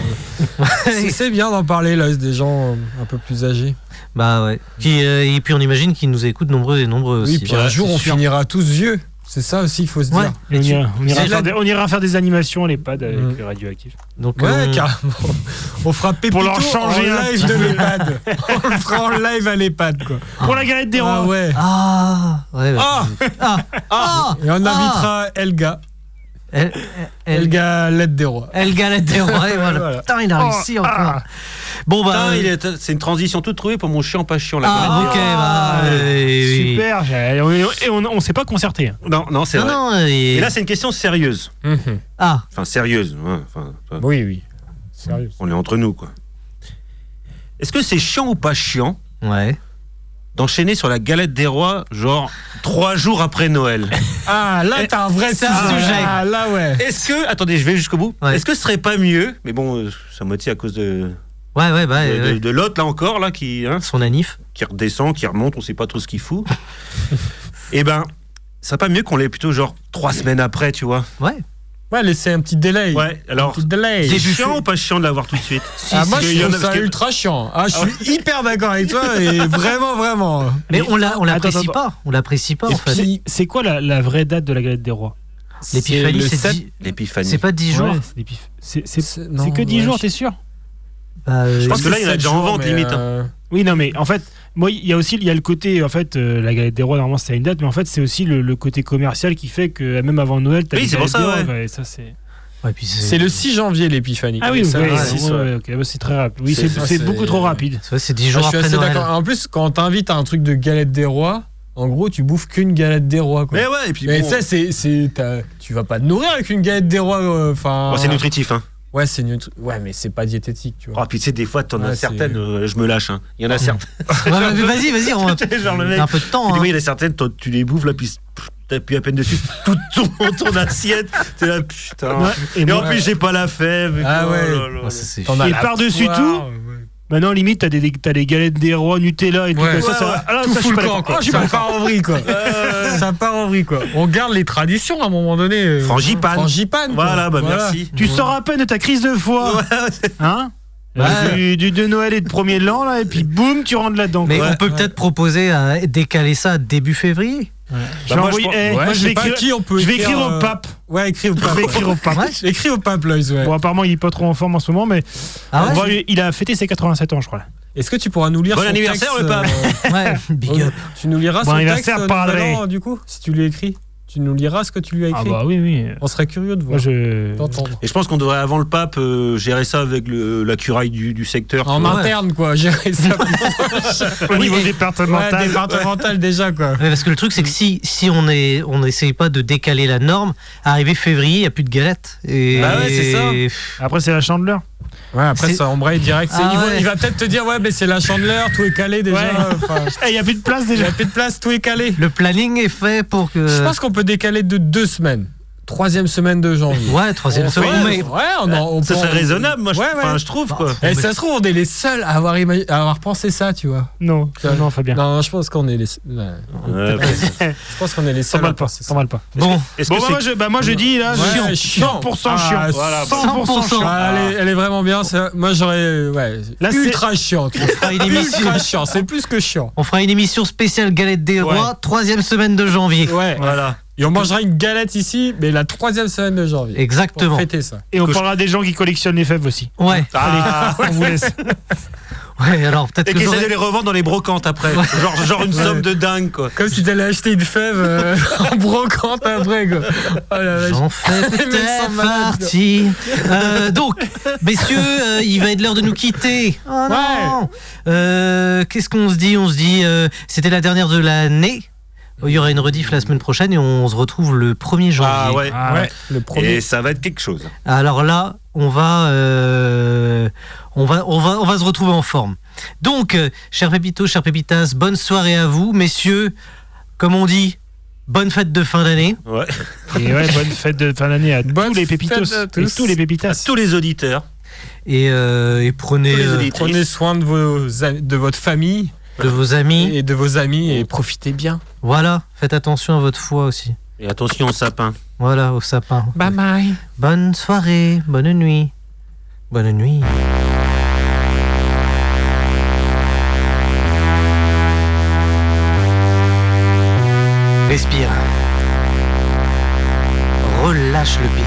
[SPEAKER 3] c'est c'est bien d'en parler là, c'est des gens euh, un peu plus âgés.
[SPEAKER 1] Bah ouais. Qui, euh, et puis on imagine qu'il nous écoute nombreux et nombreux
[SPEAKER 3] Oui,
[SPEAKER 1] aussi.
[SPEAKER 3] puis un jour on finira tous vieux. C'est ça aussi qu'il faut se
[SPEAKER 1] Ouais.
[SPEAKER 3] dire.
[SPEAKER 4] Et on,
[SPEAKER 1] Et tu-
[SPEAKER 4] ira, on ira
[SPEAKER 3] c'est la-
[SPEAKER 4] faire des, on ira faire des animations à l'EHPAD avec
[SPEAKER 3] Mm.
[SPEAKER 4] euh, Radioactif.
[SPEAKER 1] Donc,
[SPEAKER 3] Ouais,
[SPEAKER 1] euh, on-
[SPEAKER 3] carrément. On fera Pépito
[SPEAKER 4] leur changer
[SPEAKER 3] en
[SPEAKER 4] un
[SPEAKER 3] live
[SPEAKER 4] petit
[SPEAKER 3] de
[SPEAKER 4] peu.
[SPEAKER 3] l'EHPAD. on le fera en live à l'EHPAD, quoi.
[SPEAKER 4] Pour la galette des rois
[SPEAKER 3] Ah ouais.
[SPEAKER 1] Ah ouais, bah,
[SPEAKER 3] Ah
[SPEAKER 1] ah, ah,
[SPEAKER 3] Et on
[SPEAKER 1] ah.
[SPEAKER 3] invitera Elga.
[SPEAKER 1] Elle, elle, elle,
[SPEAKER 3] Elga, l'aide des rois.
[SPEAKER 1] elle galette des rois, et voilà.
[SPEAKER 3] Voilà.
[SPEAKER 1] Putain, il a réussi encore. Bon bah.
[SPEAKER 2] Putain,
[SPEAKER 1] euh,
[SPEAKER 2] il est- c'est une transition toute trouvée pour mon chiant pas chiant. La
[SPEAKER 1] Ah
[SPEAKER 2] galette
[SPEAKER 1] ok,
[SPEAKER 2] des rois.
[SPEAKER 1] bah.
[SPEAKER 4] Ah,
[SPEAKER 1] euh, oui.
[SPEAKER 4] Super, j'ai- et on, on s'est pas concerté. hein.
[SPEAKER 2] Non, non, c'est
[SPEAKER 1] euh, Non,
[SPEAKER 2] vrai.
[SPEAKER 1] non, et-
[SPEAKER 2] Et là, c'est une question sérieuse.
[SPEAKER 3] Mhm.
[SPEAKER 1] Ah,
[SPEAKER 2] Enfin, sérieuse. ouais, enfin, euh,
[SPEAKER 3] Oui, oui. Sérieux.
[SPEAKER 2] on est entre nous, quoi. Est-ce que c'est chiant ou pas chiant
[SPEAKER 1] ouais.
[SPEAKER 2] d'enchaîner sur la galette des rois, genre trois jours après Noël
[SPEAKER 3] Ah, là, t'as un vrai
[SPEAKER 1] C'est un
[SPEAKER 3] sujet.
[SPEAKER 1] sujet.
[SPEAKER 3] Ah, là, ouais.
[SPEAKER 2] Est-ce que. Attendez, je vais jusqu'au bout.
[SPEAKER 1] Ouais.
[SPEAKER 2] Est-ce que ce serait pas mieux Mais bon, euh, ça moitié à cause de,
[SPEAKER 1] Ouais, ouais, bah.
[SPEAKER 2] de,
[SPEAKER 1] ouais,
[SPEAKER 2] de-
[SPEAKER 1] ouais.
[SPEAKER 2] de l'autre, là encore, là, qui, hein,
[SPEAKER 1] Son anif.
[SPEAKER 2] qui redescend, qui remonte, on sait pas trop ce qu'il fout. Eh ben, ce serait pas mieux qu'on l'ait plutôt genre trois semaines après, tu vois
[SPEAKER 1] Ouais.
[SPEAKER 3] Ouais, laissez un petit délai.
[SPEAKER 2] Ouais,
[SPEAKER 3] Un
[SPEAKER 2] alors.
[SPEAKER 3] petit délai.
[SPEAKER 2] C'est
[SPEAKER 1] début
[SPEAKER 2] chiant
[SPEAKER 1] fait-
[SPEAKER 2] ou pas chiant de l'avoir tout de suite
[SPEAKER 3] Ah, moi,
[SPEAKER 2] si,
[SPEAKER 3] je
[SPEAKER 2] il y en
[SPEAKER 3] trouve
[SPEAKER 2] a-
[SPEAKER 3] ça
[SPEAKER 2] parce que-
[SPEAKER 3] ultra chiant. Ah, je suis hyper d'accord avec toi et vraiment, vraiment.
[SPEAKER 1] Mais
[SPEAKER 4] Mais-
[SPEAKER 1] on l'a- on l'apprécie
[SPEAKER 4] attends,
[SPEAKER 1] pas. On l'apprécie pas,
[SPEAKER 4] Et
[SPEAKER 1] en fait.
[SPEAKER 4] puis, c'est quoi la, la vraie date de la galette des rois
[SPEAKER 1] L'épiphanie,
[SPEAKER 3] le
[SPEAKER 1] c'est
[SPEAKER 3] sept-
[SPEAKER 1] dix-
[SPEAKER 2] L'épiphanie.
[SPEAKER 1] c'est pas 10 jours.
[SPEAKER 4] Ouais, c'est des pif- C'est c'est-
[SPEAKER 3] C'est
[SPEAKER 4] c'est
[SPEAKER 3] non,
[SPEAKER 4] que 10
[SPEAKER 3] ouais,
[SPEAKER 4] jours,
[SPEAKER 3] je-
[SPEAKER 4] t'es sûr
[SPEAKER 1] Bah, euh,
[SPEAKER 2] Je pense que là, il y en a
[SPEAKER 3] sept
[SPEAKER 2] déjà en
[SPEAKER 3] jours,
[SPEAKER 2] vente,
[SPEAKER 3] mais,
[SPEAKER 2] limite, hein.
[SPEAKER 3] euh,
[SPEAKER 4] Oui, non, mais en fait, moi, il y a aussi, il y a le côté, en fait, euh, la galette des rois, normalement, c'est à une date, mais en fait, c'est aussi le, le côté commercial qui fait que même avant Noël, t'as
[SPEAKER 2] Oui,
[SPEAKER 4] des
[SPEAKER 2] c'est pour
[SPEAKER 4] galettes
[SPEAKER 2] ça,
[SPEAKER 4] des
[SPEAKER 2] ouais.
[SPEAKER 4] rois, ouais, ça, c'est.
[SPEAKER 1] ouais, puis
[SPEAKER 3] C'est le 6 janvier, l'épiphanie.
[SPEAKER 4] Ah oui,
[SPEAKER 3] Ça,
[SPEAKER 4] ouais,
[SPEAKER 3] ouais.
[SPEAKER 4] c'est ouais,
[SPEAKER 2] six, ouais.
[SPEAKER 4] ouais, ok, bah, c'est très rapide. Oui,
[SPEAKER 2] C'est-
[SPEAKER 4] c'est
[SPEAKER 3] ça,
[SPEAKER 4] c'est
[SPEAKER 3] c'est-
[SPEAKER 4] beaucoup trop rapide.
[SPEAKER 1] Ouais, c'est 10
[SPEAKER 3] Ah,
[SPEAKER 1] jours
[SPEAKER 3] je suis
[SPEAKER 1] après
[SPEAKER 3] assez
[SPEAKER 1] Noël.
[SPEAKER 3] d'accord. En plus, quand t'invites à un truc de galette des rois, en gros, tu bouffes qu'une galette des rois. Quoi.
[SPEAKER 2] Mais ouais, et puis
[SPEAKER 3] Mais
[SPEAKER 2] bon,
[SPEAKER 3] ça, c'est, c'est, t'as- tu vas pas te nourrir avec une galette des rois. euh, Enfin,
[SPEAKER 2] bon, c'est nutritif. Hein.
[SPEAKER 3] Ouais, c'est nutri- Ouais, mais c'est pas diététique, tu vois.
[SPEAKER 2] Ah, puis tu sais, des fois, t'en
[SPEAKER 3] Ouais,
[SPEAKER 2] as
[SPEAKER 3] c'est-
[SPEAKER 2] certaines, euh, je me lâche. hein. Il y en a certaines.
[SPEAKER 1] Ouais, mais vas-y, vas-y, on
[SPEAKER 2] Tu sais, genre le mec.
[SPEAKER 1] a un peu de
[SPEAKER 2] Puis
[SPEAKER 1] temps.
[SPEAKER 2] des
[SPEAKER 1] hein.
[SPEAKER 2] fois, il y en a certaines, toi, tu les bouffes, là, puis pff, t'appuies à peine dessus, tout ton, ton assiette. T'es là, putain.
[SPEAKER 4] Ouais, et
[SPEAKER 2] Ah. Et
[SPEAKER 4] moi-
[SPEAKER 2] en plus, j'ai pas la fève. et
[SPEAKER 3] Ah
[SPEAKER 2] tout, oh
[SPEAKER 3] ouais.
[SPEAKER 2] là là là.
[SPEAKER 1] Ouais, ça, c'est
[SPEAKER 3] T'en as
[SPEAKER 4] Et
[SPEAKER 3] la
[SPEAKER 4] par-dessus
[SPEAKER 3] poire,
[SPEAKER 4] tout,
[SPEAKER 3] ouais.
[SPEAKER 4] Maintenant, limite, t'as des, des- t'as des galettes des rois, Nutella et tout.
[SPEAKER 3] Ouais.
[SPEAKER 4] comme ça,
[SPEAKER 3] Ouais,
[SPEAKER 4] ça,
[SPEAKER 3] ouais.
[SPEAKER 4] ah, là,
[SPEAKER 3] tout
[SPEAKER 4] ça, je suis
[SPEAKER 3] fout le
[SPEAKER 4] pas
[SPEAKER 3] camp,
[SPEAKER 4] d'accord.
[SPEAKER 3] quoi.
[SPEAKER 4] Ah, je suis
[SPEAKER 3] ça
[SPEAKER 4] pas
[SPEAKER 3] part en vrille, quoi. ça part en vrille, quoi. On garde les traditions à un moment donné. euh,
[SPEAKER 2] Frangipane.
[SPEAKER 3] Frangipane. quoi.
[SPEAKER 2] Voilà, bah merci.
[SPEAKER 4] Tu sors à peine de ta crise de foi. Hein
[SPEAKER 1] Ouais.
[SPEAKER 4] du, du- de Noël et de premier de l'an, là, et puis boum, tu rentres là-dedans.
[SPEAKER 1] Mais
[SPEAKER 4] quoi.
[SPEAKER 1] on peut
[SPEAKER 3] ouais.
[SPEAKER 1] peut-être proposer à décaler ça début février.
[SPEAKER 4] Je vais
[SPEAKER 2] Bah, moi,
[SPEAKER 4] envoyer-
[SPEAKER 2] je pense-
[SPEAKER 4] eh,
[SPEAKER 3] Ouais,
[SPEAKER 4] moi,
[SPEAKER 3] je
[SPEAKER 4] je vais
[SPEAKER 3] sais pas
[SPEAKER 4] écrire-
[SPEAKER 3] qui on peut
[SPEAKER 4] je vais
[SPEAKER 3] écrire,
[SPEAKER 4] écrire au
[SPEAKER 3] euh,
[SPEAKER 4] pape.
[SPEAKER 3] Ouais, écris au
[SPEAKER 4] Je
[SPEAKER 3] pape.
[SPEAKER 4] vais écrire au pape.
[SPEAKER 1] Ouais.
[SPEAKER 3] Écris au pape, Loïs, ouais.
[SPEAKER 4] Bon, apparemment, il est pas trop en forme en ce moment, mais
[SPEAKER 1] Ah
[SPEAKER 4] on
[SPEAKER 1] ouais,
[SPEAKER 4] va lui- il a fêté ses 87 ans, je crois. là.
[SPEAKER 3] Est-ce que tu pourras nous lire
[SPEAKER 2] Bon
[SPEAKER 3] son
[SPEAKER 2] anniversaire,
[SPEAKER 3] texte,
[SPEAKER 2] le pape.
[SPEAKER 3] euh,
[SPEAKER 1] ouais, big up.
[SPEAKER 3] Tu nous liras
[SPEAKER 4] Bon
[SPEAKER 3] son
[SPEAKER 4] anniversaire,
[SPEAKER 3] texte
[SPEAKER 4] padre.
[SPEAKER 3] Nouvel An, du coup, si tu lui écris. Tu nous liras ce que tu lui as
[SPEAKER 4] Ah
[SPEAKER 3] écrit.
[SPEAKER 4] bah oui, oui.
[SPEAKER 3] On serait curieux de
[SPEAKER 4] Moi,
[SPEAKER 3] voir.
[SPEAKER 4] je.
[SPEAKER 3] D'entendre.
[SPEAKER 2] Et je pense qu'on devrait, avant le pape, euh, gérer ça avec le- la curaille du, du secteur.
[SPEAKER 3] En
[SPEAKER 2] tu vois.
[SPEAKER 1] ouais.
[SPEAKER 3] interne, quoi. Gérer ça.
[SPEAKER 4] Au niveau
[SPEAKER 1] Oui, et-
[SPEAKER 4] départemental.
[SPEAKER 3] Ouais, départemental déjà, quoi.
[SPEAKER 1] Ouais, parce que le truc, c'est que si, si on est, on n'essaye pas de décaler la norme, arrivé février, il n'y a plus de galettes. Et,
[SPEAKER 2] Bah ouais, c'est ça.
[SPEAKER 1] et-
[SPEAKER 4] Après, c'est la chandeleur.
[SPEAKER 3] Ouais, après,
[SPEAKER 1] C'est-
[SPEAKER 3] ça embraye direct. C'est-
[SPEAKER 1] Ah
[SPEAKER 3] il, va,
[SPEAKER 1] ouais.
[SPEAKER 3] il va peut-être te dire, ouais, mais c'est la chandeleur, tout est calé déjà.
[SPEAKER 4] Ouais.
[SPEAKER 3] Enfin,
[SPEAKER 4] Eh, il y a plus de place
[SPEAKER 3] il y
[SPEAKER 4] déjà.
[SPEAKER 3] a plus de place, tout est calé.
[SPEAKER 1] Le planning est fait pour que.
[SPEAKER 3] Je pense qu'on peut décaler de deux semaines. troisième semaine de janvier.
[SPEAKER 1] Ouais, troisième
[SPEAKER 3] On fait-
[SPEAKER 1] semaine.
[SPEAKER 3] ouais, on en- on
[SPEAKER 2] Ça
[SPEAKER 3] pense-
[SPEAKER 2] serait raisonnable, moi, je,
[SPEAKER 3] Ouais, ouais.
[SPEAKER 2] enfin, je trouve. Quoi.
[SPEAKER 3] Et ça se trouve, on est les seuls à avoir, imagi- à avoir pensé ça, tu vois.
[SPEAKER 4] Non,
[SPEAKER 3] Ouais.
[SPEAKER 4] non, Fabien.
[SPEAKER 3] Non, non, je pense qu'on est les. ouais.
[SPEAKER 2] Ouais,
[SPEAKER 3] Je pense qu'on est les
[SPEAKER 4] T'en
[SPEAKER 3] seuls à
[SPEAKER 4] mal pas,
[SPEAKER 3] penser
[SPEAKER 4] t'en
[SPEAKER 3] ça.
[SPEAKER 4] mal pas.
[SPEAKER 1] Bon,
[SPEAKER 2] Euh, Est-ce
[SPEAKER 4] Bon,
[SPEAKER 2] que
[SPEAKER 4] bah,
[SPEAKER 2] c'est
[SPEAKER 4] moi, je, bah, moi, je dis, là,
[SPEAKER 3] Ouais,
[SPEAKER 4] je suis
[SPEAKER 3] chiant.
[SPEAKER 4] 100%
[SPEAKER 3] Ah,
[SPEAKER 4] chiant.
[SPEAKER 2] voilà,
[SPEAKER 1] 100% chiant.
[SPEAKER 3] Ah, elle, est, elle est vraiment bien. ça. Moi, j'aurais. Ouais,
[SPEAKER 4] Là, c'est-
[SPEAKER 3] ultra chiante.
[SPEAKER 1] on fera une émission.
[SPEAKER 3] ultra chiant. C'est plus que chiant.
[SPEAKER 1] On fera une émission spéciale Galette des Rois, troisième semaine de janvier.
[SPEAKER 3] Ouais.
[SPEAKER 2] Voilà.
[SPEAKER 3] Et on mangera une galette ici, mais la troisième semaine de janvier. Pour
[SPEAKER 1] Exactement.
[SPEAKER 3] fêter ça.
[SPEAKER 4] Et on
[SPEAKER 2] Que je-
[SPEAKER 4] parlera des gens qui collectionnent les fèves aussi.
[SPEAKER 1] Ouais,
[SPEAKER 2] Ah,
[SPEAKER 4] On vous laisse.
[SPEAKER 1] ouais, alors peut-être
[SPEAKER 2] Et
[SPEAKER 1] que
[SPEAKER 2] qu'ils
[SPEAKER 1] j'aurai-
[SPEAKER 2] allaient les revendre dans les brocantes après. Genre, genre une somme de dingue, quoi.
[SPEAKER 3] Comme si t'allais acheter une fève euh, en brocante après, quoi. Oh la vache.
[SPEAKER 1] J'en fais
[SPEAKER 3] Les mecs sont
[SPEAKER 1] peut-être
[SPEAKER 3] malades,
[SPEAKER 1] partie. Euh, donc, messieurs, euh, il va être l'heure de nous quitter. Oh non. Euh, Qu'est-ce qu'on se dit On se dit, euh, c'était la dernière de l'année. Il y aura une rediff la semaine prochaine et on se retrouve le 1er janvier.
[SPEAKER 2] Ah ouais.
[SPEAKER 4] Ah,
[SPEAKER 3] ouais, le premier.
[SPEAKER 2] Et ça va être quelque chose.
[SPEAKER 1] Alors là, on va, euh, on va, on va, on va se retrouver en forme. Donc, euh, chers Pépitos, chers Pépitas, bonne soirée à vous, messieurs. Comme on dit, bonne fête de fin d'année.
[SPEAKER 2] Ouais.
[SPEAKER 4] Et ouais, bonne fête de fin d'année à
[SPEAKER 3] Bonne
[SPEAKER 4] tous les
[SPEAKER 3] fête
[SPEAKER 4] pépitos.
[SPEAKER 3] à
[SPEAKER 4] Et
[SPEAKER 3] tous.
[SPEAKER 4] tous les
[SPEAKER 2] À
[SPEAKER 4] pépitas.
[SPEAKER 2] tous les auditeurs,
[SPEAKER 1] Et, euh, et prenez
[SPEAKER 2] tous les
[SPEAKER 1] euh,
[SPEAKER 2] auditrices.
[SPEAKER 3] Prenez soin de, vos, am- de votre famille
[SPEAKER 1] de vos amis.
[SPEAKER 3] et de vos amis et profitez bien.
[SPEAKER 1] Voilà, faites attention à votre foi aussi.
[SPEAKER 2] Et attention au sapin.
[SPEAKER 1] Voilà, au sapin.
[SPEAKER 3] Bye bye.
[SPEAKER 1] Bonne soirée, bonne nuit. Bonne nuit. Respire. Relâche le pire.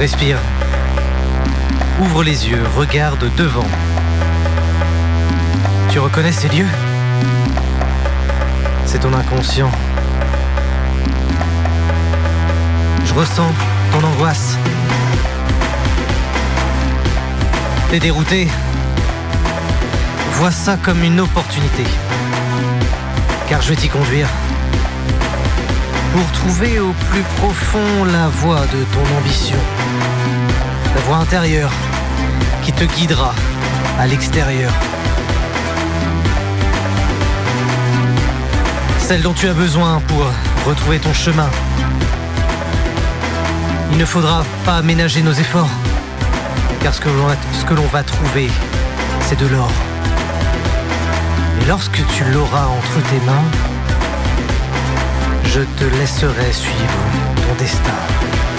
[SPEAKER 1] Respire. Ouvre les yeux, regarde devant. Tu reconnais ces lieux C'est ton inconscient. Je ressens ton angoisse. T'es dérouté. Vois ça comme une opportunité. Car je vais t'y conduire. Pour trouver au plus profond la voie de ton ambition. La voie intérieure qui te guidera à l'extérieur. Celle dont tu as besoin pour retrouver ton chemin. Il ne faudra pas ménager nos efforts, car ce que l'on a- ce que l'on va trouver, c'est de l'or. Et lorsque tu l'auras entre tes mains, je te laisserai suivre ton destin.